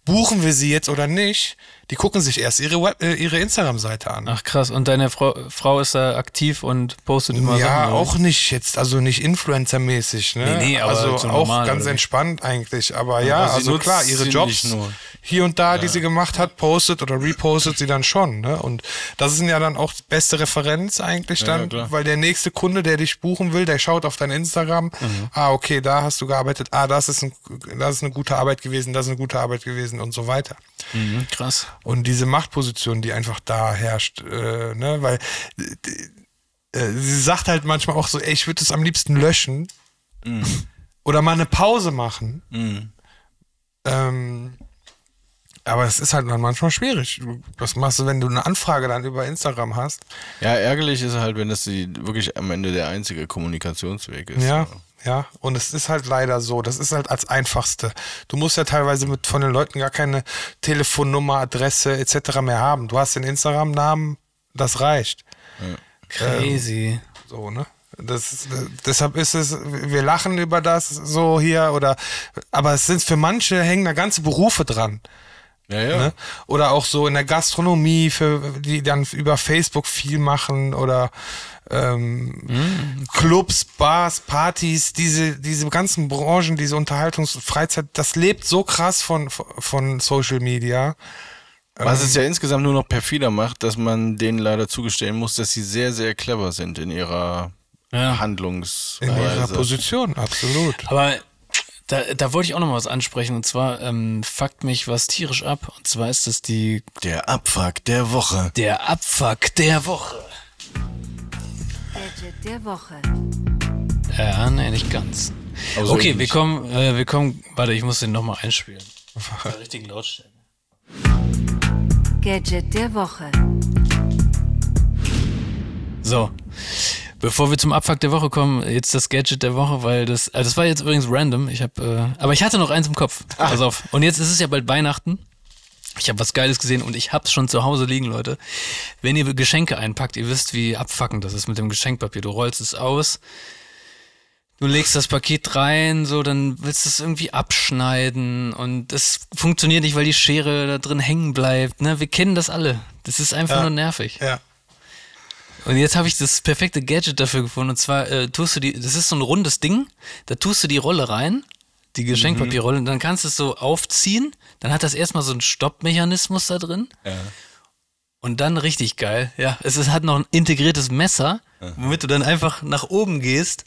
buchen wir sie jetzt oder nicht, Die gucken sich erst ihre, Web- äh, ihre Instagram-Seite an.
Ach krass, und deine Frau, Frau ist da aktiv und postet immer
ja,
Sachen. oder?
auch nicht jetzt, also nicht Influencer-mäßig, ne?
ne? Nee, nee, aber
also
halt so
auch
normal,
ganz
oder?
entspannt eigentlich. Aber ja,
sie
also
nutzt
klar, ihre
sie
Jobs
nicht nur.
hier und da, die sie gemacht hat, postet oder repostet sie dann schon, ne? Und das ist ja dann auch die beste Referenz eigentlich dann,
klar.
weil der nächste Kunde, der dich buchen will, der schaut auf dein Instagram, ah, okay, da hast du gearbeitet, ah, das ist, ein, das ist eine gute Arbeit gewesen, das ist eine gute Arbeit gewesen und so weiter.
Mhm, krass.
Und diese Machtposition, die einfach da herrscht, äh, ne, weil äh, d- äh, sie sagt halt manchmal auch so, ey, ich würde es am liebsten löschen oder mal eine Pause machen. Ähm, aber es ist halt dann manchmal schwierig. Was machst du, wenn du eine Anfrage dann über Instagram hast?
Ja, ärgerlich ist halt, wenn das die, wirklich am Ende der einzige Kommunikationsweg ist.
Ja, ja. Und es ist halt leider so. Das ist halt als einfachste. Du musst ja teilweise mit von den Leuten gar keine Telefonnummer, Adresse etc. mehr haben. Du hast den Instagram-Namen, das reicht.
Crazy.
So, ne? Das, ist- deshalb ist es, wir lachen über das so hier oder, aber es sind für manche hängen da ganze Berufe dran.
Ja, ja.
Ne? Oder auch so in der Gastronomie, für, die dann über Facebook viel machen oder ähm, Clubs, Bars, Partys, diese, diese ganzen Branchen, diese Unterhaltungs- und Freizeit, das lebt so krass von, von Social Media.
Was es ja insgesamt nur noch perfider macht, dass man denen leider zugestehen muss, dass sie sehr, sehr clever sind in ihrer
Ja.
Handlungsweise.
In ihrer Position, absolut.
Aber da, da wollte ich auch noch mal was ansprechen. Und zwar ähm, fuckt mich was tierisch ab. Und zwar ist das die
Der Abfuck der Woche.
der Abfuck der Woche.
Gadget der Woche.
Ja, nee, nicht ganz.
Also
so
okay,
ähnlich.
wir kommen, äh, wir kommen. Warte, ich muss den noch mal einspielen. Auf der richtigen Lautstärke.
Gadget der Woche.
So. Bevor wir zum Abfuck der Woche kommen, jetzt das Gadget der Woche, weil das, also das war jetzt übrigens random. Ich habe, äh, aber ich hatte noch eins im Kopf. Pass auf. Und jetzt ist es ja bald Weihnachten. Ich habe was Geiles gesehen und ich hab's schon zu Hause liegen, Leute. Wenn ihr Geschenke einpackt, ihr wisst, wie abfuckend das ist mit dem Geschenkpapier. Du rollst es aus, du legst das Paket rein, so, dann willst du es irgendwie abschneiden und es funktioniert nicht, weil die Schere da drin hängen bleibt. Ne? Wir kennen das alle. Das ist einfach nur nervig.
Ja.
Und jetzt habe ich das perfekte Gadget dafür gefunden. Und zwar äh, tust du die, das ist so ein rundes Ding, da tust du die Rolle rein, die
Mhm.
Geschenkpapierrolle, und dann kannst du es so aufziehen. Dann hat das erstmal so einen Stoppmechanismus da drin. Und dann richtig geil, ja, es ist, hat noch ein integriertes Messer, womit du dann einfach nach oben gehst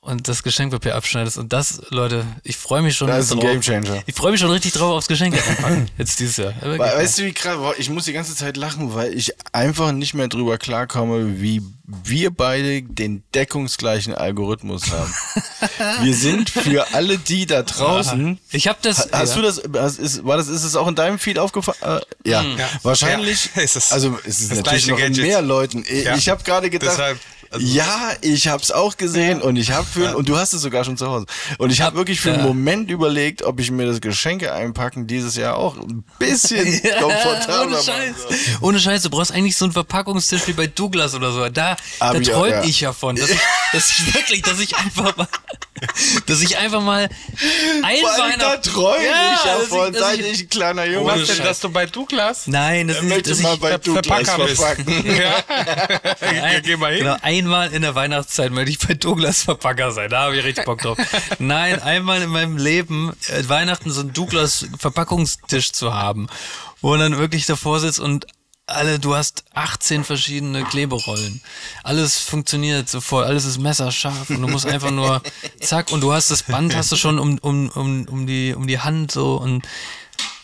und das Geschenkpapier abschneidest. Und das, Leute, ich freue mich schon.
Das ist ein
drauf.
Gamechanger.
Ich freue mich schon richtig drauf aufs Geschenk anpacken. Jetzt dieses Jahr. Aber
We-
geht
Weißt du, wie krass, boah, ich muss die ganze Zeit lachen, weil ich einfach nicht mehr drüber klarkomme, wie wir beide den deckungsgleichen Algorithmus haben. wir sind für alle die da draußen.
noch. ich habe das.
Ha- Hast
ja.
du das, hast, ist, war das, ist es auch in deinem Feed aufgefallen? Äh, ja.
Ja.
wahrscheinlich.
Ja, ist es.
Also es ist
Das
natürlich
gleiche
noch in
Gadget.
mehr Leuten. Ich,
Ja.
ich habe gerade gedacht,
Deshalb, also-
ja, ich habe es auch gesehen und ich habe für, und du hast es sogar schon zu Hause. Und ich habe wirklich für einen
Ja.
Moment überlegt, ob ich mir das Geschenke einpacken dieses Jahr auch ein bisschen komfortabler
Ohne
mache.
Scheiß. Ohne Scheiß, du brauchst eigentlich so einen Verpackungstisch wie bei Douglas oder so. Da, da
Aber ja,
träum
ja.
ich ja von. Dass ich, dass ich wirklich, dass ich einfach mal, dass ich einfach mal ein
Vor allem da
Weihnachten-
träume
Ja,
ich
dass
davon,
dass
seit ich ein kleiner Junge
Was
bin.
denn, dass du bei Douglas
Nein, das
Ich
ist,
möchte
dass
mal
ich,
bei
Ver-
Douglas
Verpacker bist.
verpacken.
Ja. Geh- Geh mal hin.
Genau, einmal in der Weihnachtszeit möchte ich bei Douglas Verpacker sein. Da habe ich richtig Bock drauf. Nein, einmal in meinem Leben äh, Weihnachten so einen Douglas Verpackungstisch zu haben, wo man dann wirklich davor sitzt und alle, du hast 18 verschiedene Kleberollen. Alles funktioniert so voll, alles ist messerscharf und du musst einfach nur zack und du hast das Band hast du schon um, um, um, um, die, um die Hand so und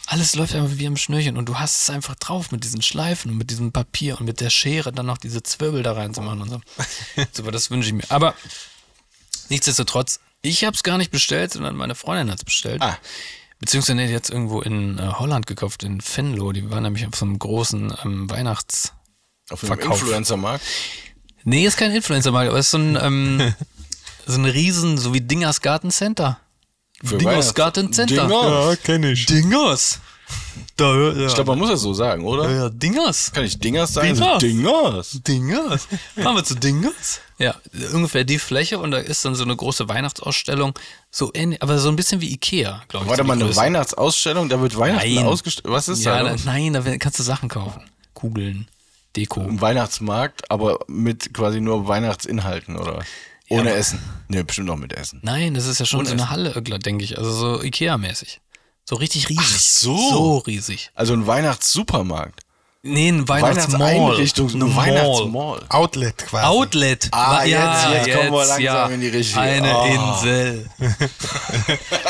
alles läuft einfach wie am Schnürchen und du hast es einfach drauf mit diesen Schleifen und mit diesem Papier und mit der Schere dann noch diese Zwirbel da reinzumachen und so. Super, das wünsche ich mir. Aber nichtsdestotrotz, ich habe es gar nicht bestellt, sondern meine Freundin hat es bestellt.
Ah.
Beziehungsweise nee, die hat es irgendwo in äh, Holland gekauft, in Venlo. Die waren nämlich auf so einem großen ähm, Weihnachts...
Auf dem
Verkauf.
Influencer-Markt.
Nee, ist kein Influencer-Markt, aber ist so ein, ähm, so ein riesen, so wie Dingers Gartencenter.
Für
Dingers
Weihnachts-
Gartencenter.
Dingers.
kenne ich.
Dingers. Da, ja.
Ich glaube, man muss das so sagen, oder?
ja, Dingers.
Kann ich Dingers sagen?
Dingers.
So, Dingers.
Dingers. Fahren wir zu Dingers? Ja, ungefähr die Fläche und da ist dann so eine große Weihnachtsausstellung, so ähnlich, aber so ein bisschen wie Ikea, glaube ich.
Warte
so
mal,
die
eine
Größe.
Weihnachtsausstellung, da wird Weihnachten
Nein.
ausgestellt. Was ist
Ja,
da?
da,
los?
nein, da kannst du Sachen kaufen. Kugeln, Deko.
Ein Weihnachtsmarkt, aber mit quasi nur Weihnachtsinhalten, oder? Ohne
aber-
Essen. Nee, bestimmt auch mit Essen.
Nein, das ist ja schon so eine Halle, denke ich. Also so Ikea-mäßig. So richtig riesig. Ach
so.
So riesig.
Also ein Weihnachtssupermarkt.
Nee, ein Weihnachtsmall.
Weihnachtseinrichtung,
Ein
ein
Mall.
Weihnachtsmall.
Outlet quasi.
Outlet.
Ah,
Wa- ja,
jetzt- jetzt kommen wir langsam
ja.
in die richtige.
Eine
Oh.
Insel.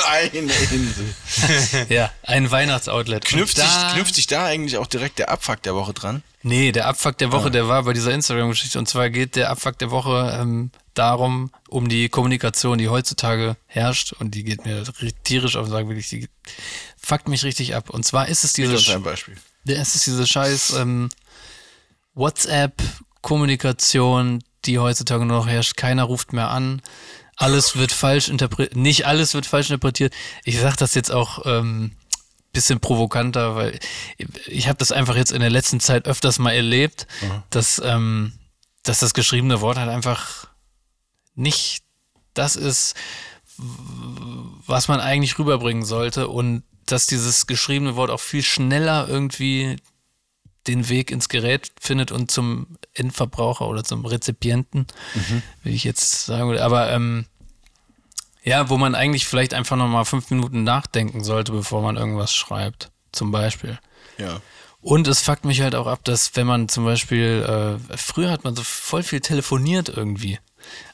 Eine Insel.
Ja, ein Weihnachtsoutlet.
Knüpft
Und
sich,
da-
knüpft sich da eigentlich auch direkt der Abfuck der Woche dran?
Nee, der Abfuck der Woche, der war bei dieser Instagram-Geschichte. Und zwar geht der Abfuck der Woche ähm, darum, um die Kommunikation, die heutzutage herrscht. Und die geht mir ri- tierisch auf den Sack, wirklich. Die fuckt mich richtig ab. Und zwar ist es diese,
Das ist
Sch-
ein Beispiel.
es ist diese scheiß ähm, WhatsApp-Kommunikation, die heutzutage nur noch herrscht. Keiner ruft mehr an. Alles wird falsch interpretiert. Nicht alles wird falsch interpretiert. Ich sage das jetzt auch... Ähm, bisschen provokanter, weil ich habe das einfach jetzt in der letzten Zeit öfters mal erlebt, dass, ähm, dass das geschriebene Wort halt einfach nicht das ist, w- was man eigentlich rüberbringen sollte und dass dieses geschriebene Wort auch viel schneller irgendwie den Weg ins Gerät findet und zum Endverbraucher oder zum Rezipienten, will ich jetzt sagen. würde. Aber ähm, ja, wo man eigentlich vielleicht einfach nochmal fünf Minuten nachdenken sollte, bevor man irgendwas schreibt, zum Beispiel.
Ja.
Und es fuckt mich halt auch ab, dass wenn man zum Beispiel, äh, früher hat man so voll viel telefoniert irgendwie.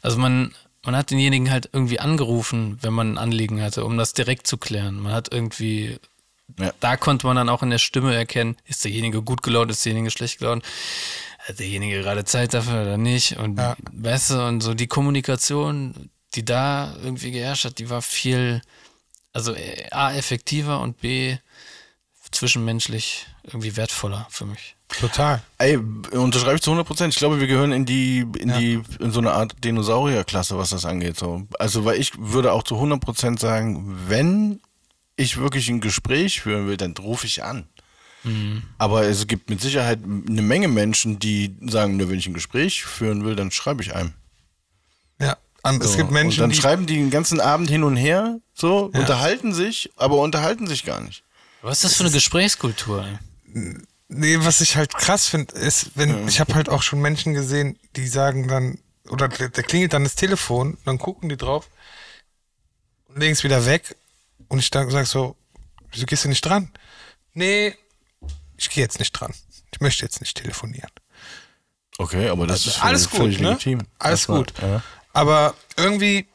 Also man, man hat denjenigen halt irgendwie angerufen, wenn man ein Anliegen hatte, um das direkt zu klären. Man hat irgendwie,
Ja.
da konnte man dann auch in der Stimme erkennen, ist derjenige gut gelaunt, ist derjenige schlecht gelaunt, hat derjenige gerade Zeit dafür oder nicht. Und
Ja.
weißt du, und so die Kommunikation, die da irgendwie geherrscht hat, die war viel, also äh, A, effektiver und B, zwischenmenschlich irgendwie wertvoller für mich.
Total.
Ey, unterschreibe ich zu 100 Prozent. Ich glaube, wir gehören in die, in die, in so eine Art Dinosaurierklasse, was das angeht. So. Also, weil ich würde auch zu 100 Prozent sagen, wenn ich wirklich ein Gespräch führen will, dann rufe ich an.
Mhm.
Aber es gibt mit Sicherheit eine Menge Menschen, die sagen, ne, wenn ich ein Gespräch führen will, dann schreibe ich einem.
Ja. An, es
So.
gibt Menschen,
und dann
die
schreiben die den ganzen Abend hin und her, so, unterhalten sich, aber unterhalten sich gar nicht.
Was ist das für eine Gesprächskultur? ey?
Nee, was ich halt krass finde, ist, wenn ich habe halt auch schon Menschen gesehen, die sagen dann, oder der der klingelt dann das Telefon, dann gucken die drauf und legen es wieder weg. Und ich dann sag so, wieso gehst du nicht dran? Nee, ich gehe jetzt nicht dran. Ich möchte jetzt nicht telefonieren.
Okay, aber das ist
Alles gut, ne? Alles gut. Aber irgendwie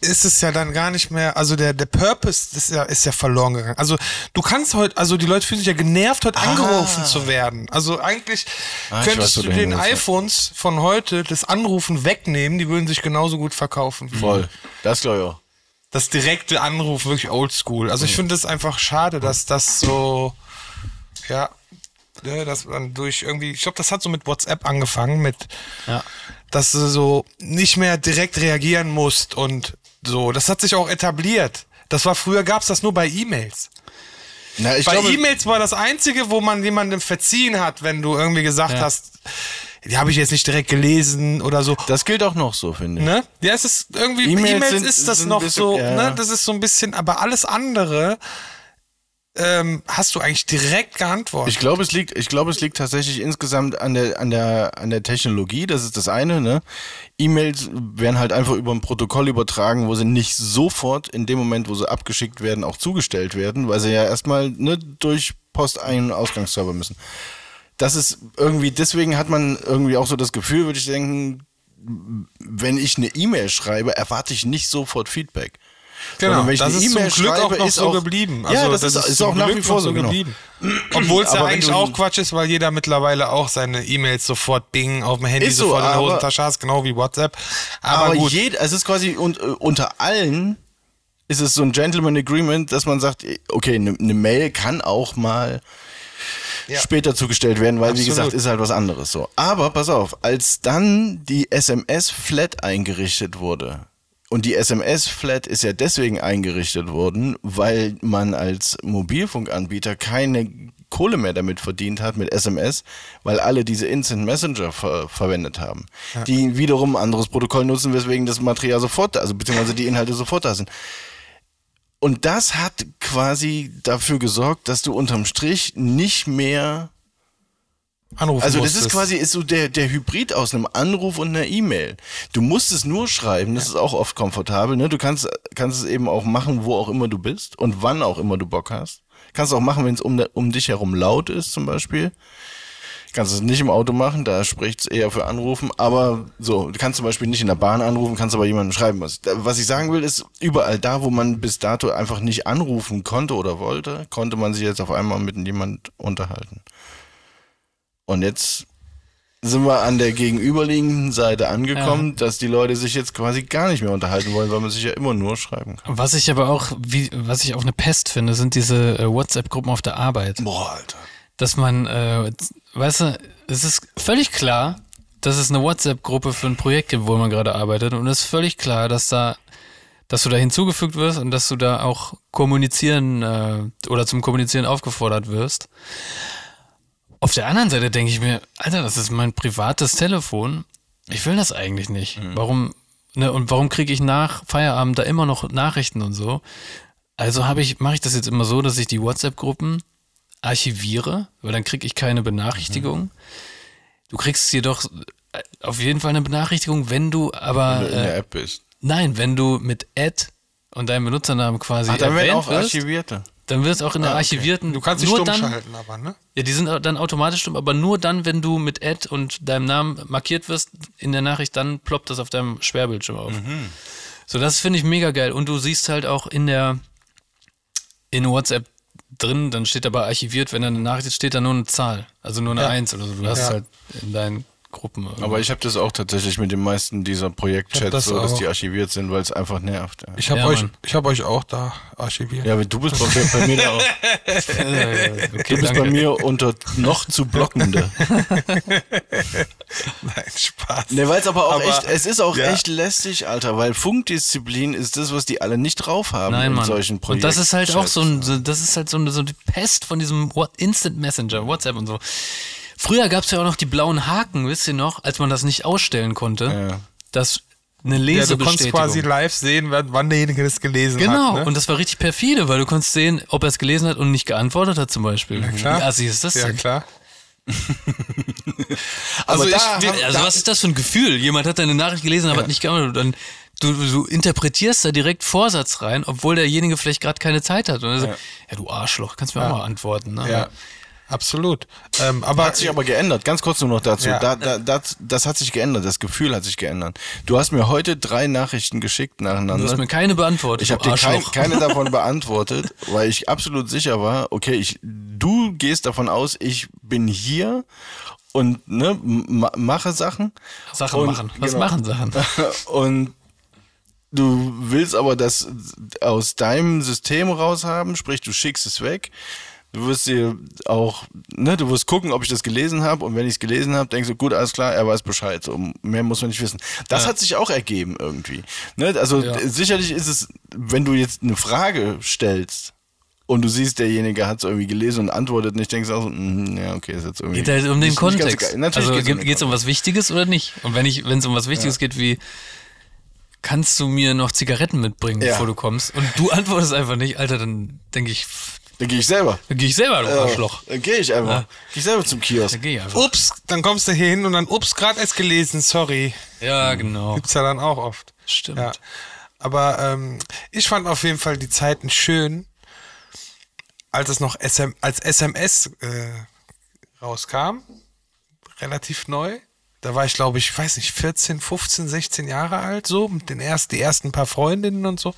ist es ja dann gar nicht mehr, also der, der Purpose ist ja, ist ja verloren gegangen. Also du kannst heute, also die Leute fühlen sich ja genervt, heute angerufen zu werden. Also eigentlich
Ah. ich weiß,
könntest
wo
du
du hin
den
willst, ja.
iPhones von heute das Anrufen wegnehmen, die würden sich genauso gut verkaufen. wie
Voll. Das glaube ich auch.
Das direkte Anrufen, wirklich oldschool. Also ich finde es einfach schade, dass das so, ja, ne, dass man durch irgendwie, ich glaube, das hat so mit WhatsApp angefangen, mit
Ja.
dass du so nicht mehr direkt reagieren musst und so. Das hat sich auch etabliert. Das war früher gab's das nur bei E-Mails.
Na, ich
Bei
glaube,
E-Mails war das einzige, wo man jemandem verziehen hat, wenn du irgendwie gesagt hast, die habe ich jetzt nicht direkt gelesen oder so.
das gilt auch noch so, finde ich.
Ne? Ja, es ist irgendwie,
E-Mails
E-Mails
sind-
ist das
sind
noch
ein bisschen-
so,
ja.
ne? Das ist so ein bisschen, aber alles andere ähm, hast du eigentlich direkt geantwortet.
Ich glaube, es liegt, ich glaube, es liegt tatsächlich insgesamt an der, an der, an der Technologie. Das ist das eine. Ne? E-Mails werden halt einfach über ein Protokoll übertragen, wo sie nicht sofort in dem Moment, wo sie abgeschickt werden, auch zugestellt werden, weil sie ja erstmal ne, durch Postein- und Ausgangsserver müssen. Das ist irgendwie, deswegen hat man irgendwie auch so das Gefühl, würde ich denken, wenn ich eine E-Mail schreibe, erwarte ich nicht sofort Feedback.
Genau,
Sondern wenn ich
das
eine
ist
E-Mail
zum Glück
schreibe,
auch noch
ist
so
auch-
geblieben. Also
Ja, das ist- ist
zum
auch nach
Glück
wie vor
noch
so, genau.
Obwohl es ja
Aber wenn
eigentlich
du-
auch Quatsch ist, weil jeder mittlerweile auch seine E-Mails sofort bing, auf dem Handy
Ist so,
sofort in der
aber-
Hosentasche hast, genau wie WhatsApp. Aber,
aber
gut,
jed- es ist quasi un, äh, unter allen ist es so ein Gentleman Agreement, dass man sagt, eh, okay, eine ne Mail kann auch mal
Ja.
später zugestellt werden, weil wie
Absolut.
gesagt, ist halt was anderes so. Aber pass auf, als dann die SMS flat eingerichtet wurde Und die SMS-Flat ist ja deswegen eingerichtet worden, weil man als Mobilfunkanbieter keine Kohle mehr damit verdient hat mit SMS, weil alle diese Instant Messenger ver verwendet haben, die wiederum ein anderes Protokoll nutzen, weswegen das Material sofort, also beziehungsweise die Inhalte sofort da sind. Und das hat quasi dafür gesorgt, dass du unterm Strich nicht mehr
Anrufen
also das
musstest.
ist quasi ist so der, der Hybrid aus einem Anruf und einer E-Mail. Du musst es nur schreiben, das ist auch oft komfortabel. Ne? Du kannst, kannst es eben auch machen, wo auch immer du bist und wann auch immer du Bock hast. Kannst auch machen, wenn es um, um dich herum laut ist zum Beispiel. Kannst es nicht im Auto machen, da spricht es eher für Anrufen. Aber so, du kannst zum Beispiel nicht in der Bahn anrufen, kannst aber jemandem schreiben. Was, was ich sagen will, ist, überall da, wo man bis dato einfach nicht anrufen konnte oder wollte, konnte man sich jetzt auf einmal mit jemand unterhalten. Und jetzt sind wir an der gegenüberliegenden Seite angekommen, dass die Leute sich jetzt quasi gar nicht mehr unterhalten wollen, weil man sich ja immer nur schreiben kann.
Was ich aber auch, wie, was ich auch eine Pest finde, sind diese äh, WhatsApp-Gruppen auf der Arbeit.
Boah, Alter.
dass man, äh, z- weißt du, es ist völlig klar, dass es eine WhatsApp-Gruppe für ein Projekt gibt, wo man gerade arbeitet. Und es ist völlig klar, dass da, dass du da hinzugefügt wirst und dass du da auch kommunizieren äh, oder zum Kommunizieren aufgefordert wirst. Auf der anderen Seite denke ich mir, Alter, das ist mein privates Telefon. Ich will das eigentlich nicht.
Mhm.
Warum, ne, und warum kriege ich nach Feierabend da immer noch Nachrichten und so? Also habe ich, mache ich das jetzt immer so, dass ich die WhatsApp-Gruppen archiviere, weil dann kriege ich keine Benachrichtigung.
Mhm.
Du kriegst jedoch äh, auf jeden Fall eine Benachrichtigung, wenn du aber
Wenn du in der
äh,
App bist.
nein, wenn du mit Ad und deinem Benutzernamen quasi
Ah, dann werden
erwähnt
auch Ah,
wirst,
Archivierte.
dann wird es auch in der archivierten
Du kannst dich
nur
stumm
dann,
schalten, aber, ne?
ja, die sind au- dann automatisch stumm, aber nur dann, wenn du mit Ad und deinem Namen markiert wirst in der Nachricht, dann ploppt das auf deinem Sperrbildschirm auf.
Mhm.
So, das finde ich mega geil. Und du siehst halt auch in der in WhatsApp drin, dann steht aber archiviert, wenn da eine Nachricht ist, steht da nur eine Zahl. Also nur eine
Ja.
Eins oder so. Du hast
Ja.
es halt in deinen Gruppen.
Aber ich habe das auch tatsächlich mit den meisten dieser
Ich hab
Projektchats
das
so, dass
auch.
die archiviert sind, weil es einfach nervt. Ja,
Ich habe
Ja,
euch,
Mann.
ich hab euch auch da archiviert.
ja aber du bist bei, bei mir da auch.
Äh, okay,
Du bist bei
danke.
mir unter noch zu blockende.
Nein, Spaß.
Ne, weil es aber auch
Aber-
echt, es ist auch
ja.
echt lästig, Alter, weil Funkdisziplin ist das, was die alle nicht drauf haben
Nein,
in
Mann.
solchen
und
Projekten.
das ist halt auch so ein, so, das ist halt so eine, so eine Pest von diesem What- Instant Messenger, WhatsApp und so. Früher gab es ja auch noch die blauen Haken, wisst ihr noch, als man das nicht ausstellen konnte, dass eine
Ja, du konntest
Lesebestätigung.
quasi live sehen, wann wann derjenige das gelesen
genau,
hat. Ne?
und das war richtig perfide, weil du konntest sehen, ob er es gelesen hat und nicht geantwortet hat zum Beispiel. Ja,
klar.
Wie assi ist das
ja,
denn?
klar.
Aber
also ich,
da haben-
wir-
Also was ist das für ein Gefühl? Jemand hat deine Nachricht gelesen, aber hat nicht geantwortet. Dann, du, du interpretierst da direkt Vorsatz rein, obwohl derjenige vielleicht gerade keine Zeit hat. Und er sagt, ja, du Arschloch, kannst mir auch mal antworten. Ne?
Ja, absolut. Ähm, aber,
Hat sich aber geändert, ganz kurz nur noch dazu.
Ja.
Da, da, das, das hat sich geändert, das Gefühl hat sich geändert. Du hast mir heute drei Nachrichten geschickt
Du hast
nacheinander.
mir keine beantwortet.
Ich habe
du
dir kein,
Arschloch.
keine davon beantwortet, weil ich absolut sicher war, okay, ich, du gehst davon aus, ich bin hier und ne, ma mache Sachen.
Sachen
Und-
machen. Was
genau.
machen Sachen?
Und du willst aber das aus deinem System raus haben, sprich, du schickst es weg. Du wirst dir auch, ne, du wirst gucken, ob ich das gelesen habe und wenn ich es gelesen habe, denkst du, gut, alles klar, er weiß Bescheid. So, mehr muss man nicht wissen. Das hat sich auch ergeben irgendwie. Ne? Also
Ja.
d- sicherlich ist es, wenn du jetzt eine Frage stellst und du siehst, derjenige hat es irgendwie gelesen und antwortet nicht, denkst du auch so, mm, ja, okay, ist jetzt irgendwie.
Geht halt um den
nicht- nicht ganz
Kontext.
egal. Natürlich
also
geht's um den
geht es um was Wichtiges oder nicht? Und wenn ich, wenn es um was Wichtiges geht, wie kannst du mir noch Zigaretten mitbringen,
Ja.
bevor du kommst? Und du antwortest einfach nicht, Alter, dann denke ich, pff,
Dann gehe ich selber.
dann gehe ich selber, du Arschloch.
Äh, Dann gehe ich einfach. Geh ich selber zum Kiosk.
Dann gehe ich einfach.
ups, dann kommst du hier hin und dann, ups, gerade erst gelesen, sorry.
Ja, genau.
Gibt's ja dann auch oft.
Stimmt.
Ja. Aber ähm, ich fand auf jeden Fall die Zeiten schön, als es noch SM, als SMS äh, rauskam, relativ neu. Da war ich, glaube ich, weiß nicht, 14, 15, 16 Jahre alt, so, mit den ersten, die ersten paar Freundinnen und so.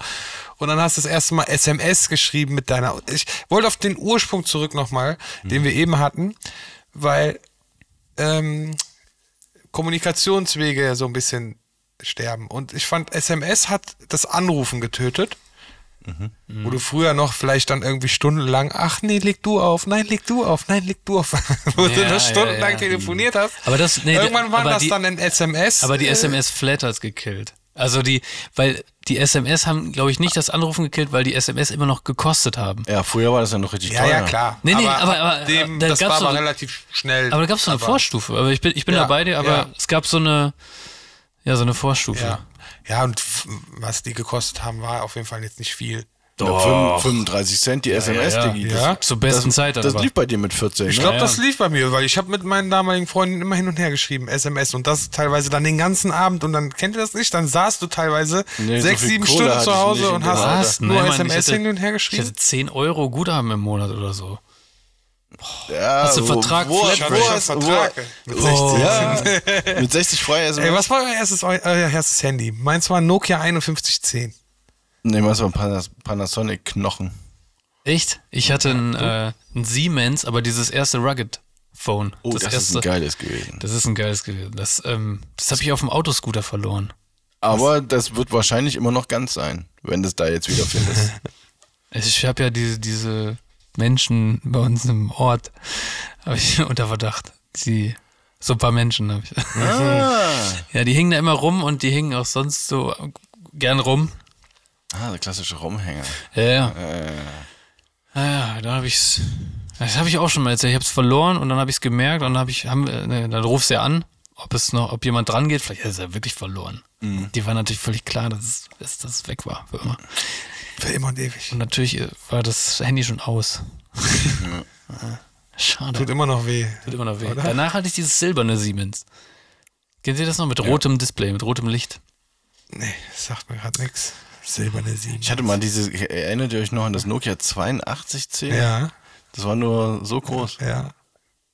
Und dann hast du das erste Mal SMS geschrieben mit deiner. Ich wollte auf den Ursprung zurück nochmal, den wir eben hatten, weil ähm, Kommunikationswege so ein bisschen sterben. Und ich fand, SMS hat das Anrufen getötet.
Mhm.
Wo du früher noch vielleicht dann irgendwie stundenlang, ach nee, leg du auf, nein, leg du auf, nein, leg du auf, wo du
Ja,
noch
ja,
stundenlang
ja.
telefoniert hast.
Aber das- nee,
Irgendwann
da-
war
aber
das
die-
dann ein SMS.
Aber die
äh,
SMS Flat hat's gekillt. Also die, weil die SMS haben, glaube ich, nicht das Anrufen gekillt, weil die SMS immer noch gekostet haben.
Ja, früher war das ja noch richtig
Ja,
teuer.
ja, klar.
Nee, nee, aber-
ab
aber-
dem,
da
das war
gab's
aber
so-
relativ schnell.
Aber da gab es so eine Vorstufe. Aber ich bin, ich bin
Ja,
da bei dir, aber
ja.
es gab so eine, ja, so eine Vorstufe.
Ja. ja, und f- was die gekostet haben, war auf jeden Fall jetzt nicht viel.
Doch. 35 Cent die SMS,
ja.
Digi.
Ja.
Zur besten Zeit
Das, das
aber.
lief bei dir mit 14.
Ich
ne?
glaube,
Ja,
das
ja.
lief bei mir, weil ich habe mit meinen damaligen Freunden immer hin und her geschrieben, SMS und das teilweise dann den ganzen Abend und dann kennt ihr das nicht, dann saßt du teilweise
Nee, so
sechs,
viel
sieben
Kohle
Stunden
hatte
zu
ich
Hause
nicht
und
in dem Alter.
hast
Was?
nur
Nein, Mann, ich
SMS
hätte-
hin und her
Ich
geschrieben.
hatte 10 Euro Guthaben im Monat oder so.
Ja,
Hast du Vertrag,
wo, wo,
Flatrate?
wo, hast-
Schon
wo,
Vertrag mit
Oh,
16.
ja. mit 60 freie SMS.
Ey, was war euer erstes, eu- euer erstes Handy? Meins war ein Nokia 5110.
Nee, was war ein Panas Panasonic Knochen?
Echt? Ich hatte ein, äh, ein Siemens, aber dieses erste Rugged Phone.
Oh, das, ist
erste,
ein geiles gewesen.
Das ist ein geiles gewesen. Das, ähm, das habe ich auf dem Autoscooter verloren.
Aber das wird wahrscheinlich immer noch ganz sein, wenn du es da jetzt wieder findest.
Also ich habe ja diese, diese Menschen bei uns im Ort, habe ich unter Verdacht. Die, so ein paar Menschen habe ich. Ja, die hingen da immer rum und die hingen auch sonst so gern rum.
ah, der klassische Rumhänger.
Ja, ja. Ah, Ja, ja, dann habe ich's. Das habe ich auch schon mal erzählt. Ich habe es verloren und dann habe ich es gemerkt und dann habe ich, haben, wir- ne, dann rufst du ja an, ob es noch, ob jemand dran geht. Vielleicht ist er wirklich verloren. Die war natürlich völlig klar, dass es, dass das weg war für immer.
Für immer und ewig.
Und natürlich äh, war das Handy schon aus. Ah, Schade.
Tut
Tut,
immer noch weh.
immer noch weh.
Oder?
Danach hatte ich dieses silberne Siemens. Kennt ihr das noch mit rotem Display, mit rotem Licht?
Nee, das sagt mir gerade nichts. Silberne 7.
Ich hatte mal dieses, erinnert ihr euch noch an das Nokia 8210?
ja,
Das war nur so groß.
ja.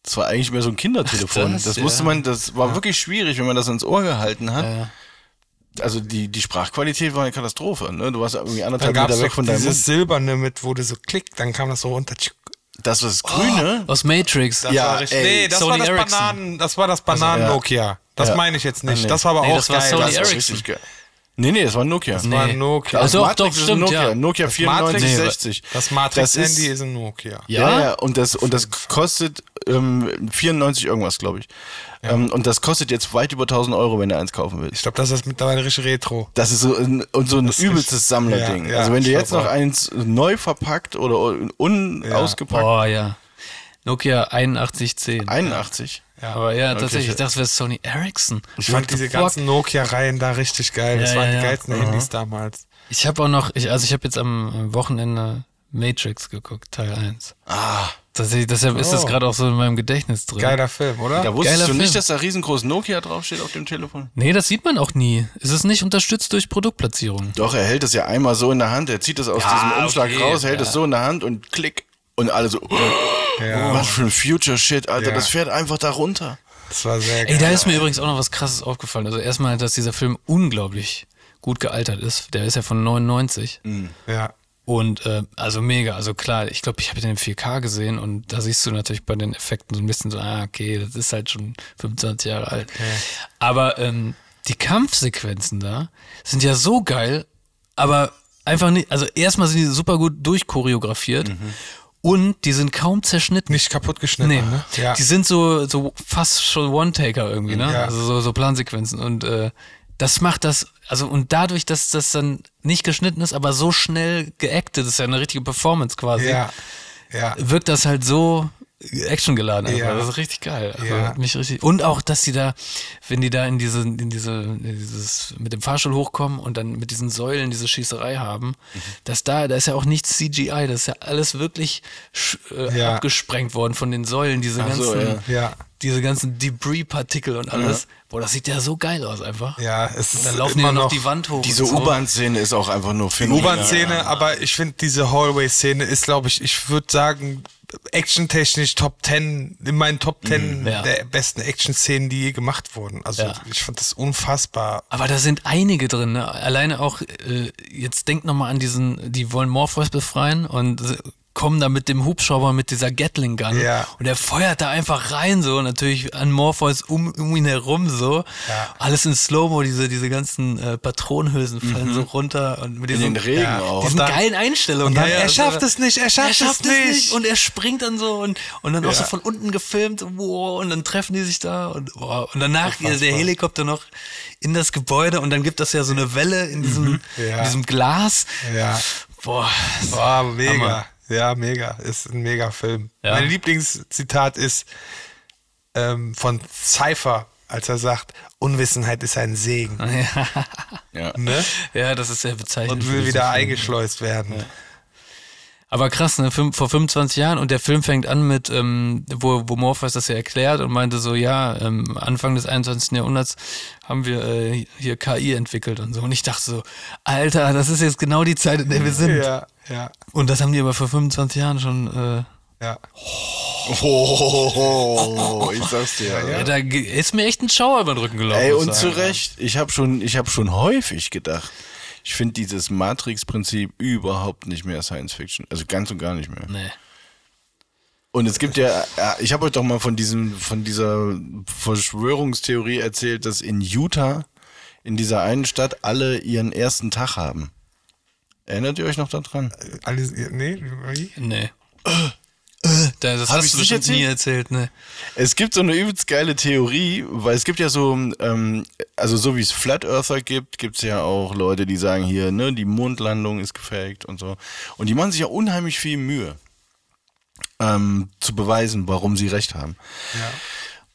Das war eigentlich mehr so ein Kindertelefon.
Ach,
das
das,
musste
ja.
man, das war wirklich schwierig, wenn man das ans Ohr gehalten hat.
Ja.
Also die, die Sprachqualität war eine Katastrophe. Ne? Du warst irgendwie anderthalb
Dann gab
Meter weg
es
von deinem
dieses
Mund.
silberne mit, wo du so klickst, dann kam das so runter. Tschuk.
Das was Grüne.
Aus Matrix.
Das
Ja,
war richtig.
ey,
nee, das
Sony
war das
Ericsson. Also,
Bananen, das war das Bananen Nokia. Das
Ja.
meine ich jetzt nicht.
Ah, nee.
Das war aber
Nee,
auch
das war
geil.
Sony
das
das ist
Ericsson.
richtig geil. Nee, nee, das war ein Nokia. Das
war Nokia.
Also doch,
Matrix
doch,
ist ein
stimmt,
Nokia.
ja.
Nokia
Das Matrix-
9460.
Das
Das
Matrix-Handy
ist-
ist ein Nokia.
Ja.
Ja, ja, und das, und das kostet ähm, 94 irgendwas, glaube ich. Ähm, und das kostet jetzt weit über 1000 Euro, wenn du eins kaufen willst.
Ich glaube, das ist mittlerweile richtig Retro.
Das ist so ein, und so ein übelstes Sammlerding.
Ja, ja,
also wenn du
ich
jetzt
glaub
noch
auch.
eins neu verpackt oder unausgepackt,
Oh ja. Nokia 8110.
81.
Aber ja, tatsächlich, ich dachte, das wäre Sony Ericsson.
Ich fand diese ganzen Nokia-Reihen da richtig geil. das
Ja,
waren
ja,
die
ja.
geilsten Handys damals.
Ich habe auch noch, ich, also ich habe jetzt am Wochenende Matrix geguckt, Teil 1. Ah. Tatsächlich, deshalb ist das
Oh.
gerade auch so in meinem Gedächtnis drin.
Geiler Film, oder?
Da wusstest
Geiler
du nicht,
Film.
dass da riesengroß Nokia draufsteht auf dem Telefon?
Nee, das sieht man auch nie. Es ist nicht unterstützt durch Produktplatzierung.
Doch, er hält es ja einmal so in der Hand, er zieht es aus diesem Umschlag
okay,
raus, hält es so in der Hand und klick. Und alle so, oh,
Ja.
was für ein Future-Shit, Alter,
Ja.
das fährt einfach da runter.
Das war sehr geil.
Ey, da ist mir übrigens auch noch was krasses aufgefallen. Also erstmal, dass dieser Film unglaublich gut gealtert ist. Der ist ja von 99.
ja.
Und äh, also mega, also klar, ich glaube, ich habe den in 4K gesehen und da siehst du natürlich bei den Effekten so ein bisschen so, ah, okay, das ist halt schon 25 Jahre alt. Aber ähm, die Kampfsequenzen da sind ja so geil, aber einfach nicht, also erstmal sind die super gut durchchoreografiert und die sind kaum zerschnitten.
Nicht kaputt geschnitten.
Nee,
ne? Ja.
die sind so, so fast schon One-Taker irgendwie, ne?
Ja.
Also so, so Plansequenzen. Und äh, das macht das, also und dadurch, dass das dann nicht geschnitten ist, aber so schnell geactet, das ist ja eine richtige Performance quasi,
ja. Ja.
wirkt das halt so actiongeladen. einfach.
Ja.
Das ist richtig geil. Also
Ja.
hat mich richtig. Und auch, dass die da, wenn die da in diese, in diese, in dieses, mit dem Fahrstuhl hochkommen und dann mit diesen Säulen diese Schießerei haben,
Mhm.
dass da, da ist ja auch nichts CGI, das ist ja alles wirklich sch- äh,
Ja.
abgesprengt worden von den Säulen, diese ganzen
so, ja.
Ja.
diese ganzen Debris-Partikel und alles. Boah, das sieht ja so geil aus einfach.
Ja, es ist
Dann laufen die
immer
dann noch
noch
die Wand hoch.
Diese
und so.
U-Bahn-Szene ist auch einfach nur
Die
phänomenal.
U-Bahn-Szene, aber ich finde diese Hallway-Szene ist, glaube ich, ich würde sagen, actiontechnisch Top 10, in meinen Top 10
ja.
der besten Action-Szenen, die je gemacht wurden. Also
Ja.
ich fand das unfassbar.
Aber da sind einige drin, ne? Alleine auch, äh, jetzt denkt nochmal an diesen, die wollen Morpheus befreien und äh, kommen da mit dem Hubschrauber mit dieser Gatling Gun
Ja.
und er feuert da einfach rein so und natürlich an Morpheus um, um ihn herum so
Ja.
alles in Slowmo diese diese ganzen äh, Patronenhülsen fallen
Mhm.
so runter und mit
In
diesen,
den Regen auch.
diesen
Und dann-
geilen Einstellungen
und dann, er
das war-
schafft es nicht, also er schafft es nicht.
und er springt dann so und, und dann auch
Ja.
so von unten gefilmt wow, und dann treffen die sich da und, wow, und danach geht der Helikopter noch in das Gebäude und dann gibt das ja so eine Welle in diesem,
Mhm. Ja.
in diesem Glas.
Ja.
Boah,
Boah, mega.
Hammer.
Ja, mega. Ist ein mega Film.
Ja.
Mein Lieblingszitat ist ähm, von Cypher, als er sagt, Unwissenheit ist ein Segen.
Ja.
Ne?
Ja, das ist sehr bezeichnend.
Und
für
will
diesen
wieder
Film.
eingeschleust werden.
Aber krass, ne? Fünf- vor 25 Jahren und der Film fängt an mit, ähm, wo, wo Morpheus das ja erklärt und meinte so, ja, ähm, Anfang des 21. Jahrhunderts haben wir äh, hier KI entwickelt und so. Und ich dachte so, Alter, das ist jetzt genau die Zeit, in der wir sind.
Ja, ja,
Und das haben die aber vor 25 Jahren schon. Äh,
ja.
Oh, ich sag's dir.
ja. Da ge- ist mir echt ein Schauer über den Rücken gelaufen.
Ey,
muss
und
ich
zu
sagen.
Recht. Ich habe schon, ich hab schon häufig gedacht, ich finde dieses Matrix-Prinzip überhaupt nicht mehr Science Fiction. Also ganz und gar nicht mehr.
Nee.
Und es gibt ja, ja, ich habe euch doch mal von diesem, von dieser Verschwörungstheorie erzählt, dass in Utah, in dieser einen Stadt, alle ihren ersten Tag haben. Erinnert ihr euch noch daran?
Alles, nee, wie?
Nee. Äh, Das
Hab
hast
ich's
du
nicht
bestimmt nie erzählt, ne?
Es gibt so eine übelst geile Theorie, weil es gibt ja so, ähm, also so wie es Flat Earther gibt, gibt es ja auch Leute, die sagen hier, ne, die Mondlandung ist gefaked und so. Und die machen sich ja unheimlich viel Mühe, ähm, zu beweisen, warum sie recht haben.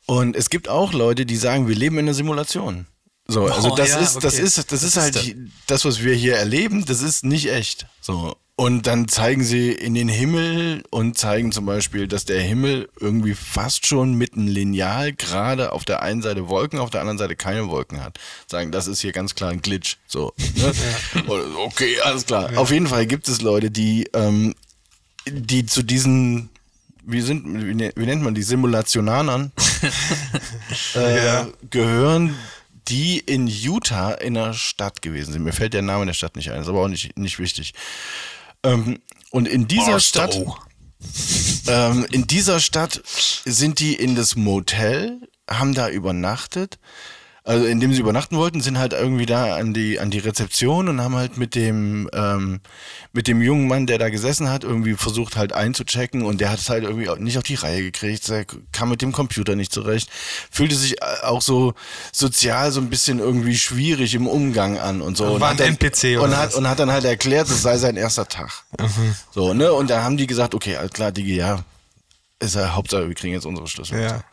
Und es gibt auch Leute, die sagen, wir leben in einer Simulation. So, also
Oh,
das,
ja,
ist, das
okay.
ist, das
Das
ist,
ist
halt
das.
hi- das, was wir hier erleben, das ist nicht echt. So. Und dann zeigen sie in den Himmel und zeigen zum Beispiel, dass der Himmel irgendwie fast schon mit einem Lineal gerade auf der einen Seite Wolken, auf der anderen Seite keine Wolken hat. Sagen, das ist hier ganz klar ein Glitch. So. Ne? Und, okay, alles klar. Auf jeden Fall gibt es Leute, die ähm, die zu diesen, wie, sind, wie, ne- wie nennt man die, Simulationanern äh, gehören, die in Utah in einer Stadt gewesen sind. Mir fällt der Name der Stadt nicht ein, ist aber auch nicht, nicht wichtig. Ähm, und in dieser Stadt, ähm, in dieser Stadt sind die in das Motel, haben da übernachtet. Also indem sie übernachten wollten, sind halt irgendwie da an die an die Rezeption und haben halt mit dem ähm, mit dem jungen Mann, der da gesessen hat, irgendwie versucht halt einzuchecken und der hat es halt irgendwie auch nicht auf die Reihe gekriegt, der kam mit dem Computer nicht zurecht, fühlte sich äh, auch so sozial so ein bisschen irgendwie schwierig im Umgang an und so. Und
War
hat
ein
dann,
NPC oder
und hat
was?
und hat dann halt erklärt, es sei sein erster Tag. So ne und dann haben die gesagt, okay, alles klar, Digi, ja, ist ja Hauptsache, wir kriegen jetzt unsere Schlüssel.
Ja.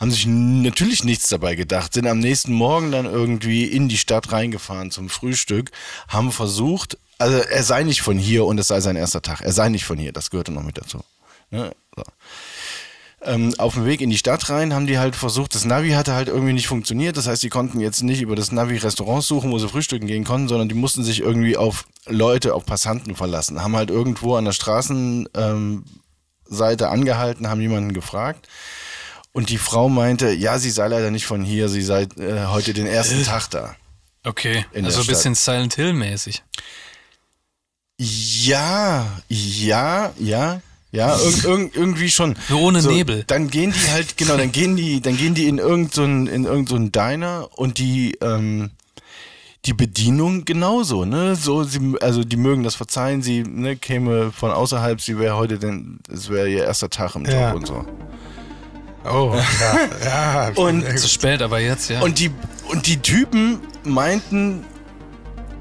Haben sich n- natürlich nichts dabei gedacht, sind am nächsten Morgen dann irgendwie in die Stadt reingefahren zum Frühstück, haben versucht, also er sei nicht von hier und es sei sein erster Tag. Er sei nicht von hier, das gehörte noch mit dazu. Ne? So. Ähm, auf dem Weg in die Stadt rein haben die halt versucht, das Navi hatte halt irgendwie nicht funktioniert. Das heißt, die konnten jetzt nicht über das Navi Restaurants suchen, wo sie frühstücken gehen konnten, sondern die mussten sich irgendwie auf Leute, auf Passanten verlassen. Haben halt irgendwo an der Straßenseite ähm, Seite angehalten, haben jemanden gefragt. Und die Frau meinte, ja, sie sei leider nicht von hier, sie sei äh, heute den ersten Tag da.
Okay.
In der
also ein
Stadt.
bisschen Silent Hill-mäßig.
Ja, ja, ja, ja, irg irg irgendwie schon.
Nur ohne Nebel.
Dann gehen die halt, genau, dann gehen die, dann gehen die in irgendeinen, in irgendeinen Diner und die, ähm, die Bedienung genauso, ne? So, sie, also die mögen das verzeihen, sie ne, käme von außerhalb, sie wäre heute denn, es wäre ihr erster Tag im Job
Ja.
und so.
Oh, ja. ja.
Und
Zu spät, aber jetzt, ja.
Und die, und die Typen meinten,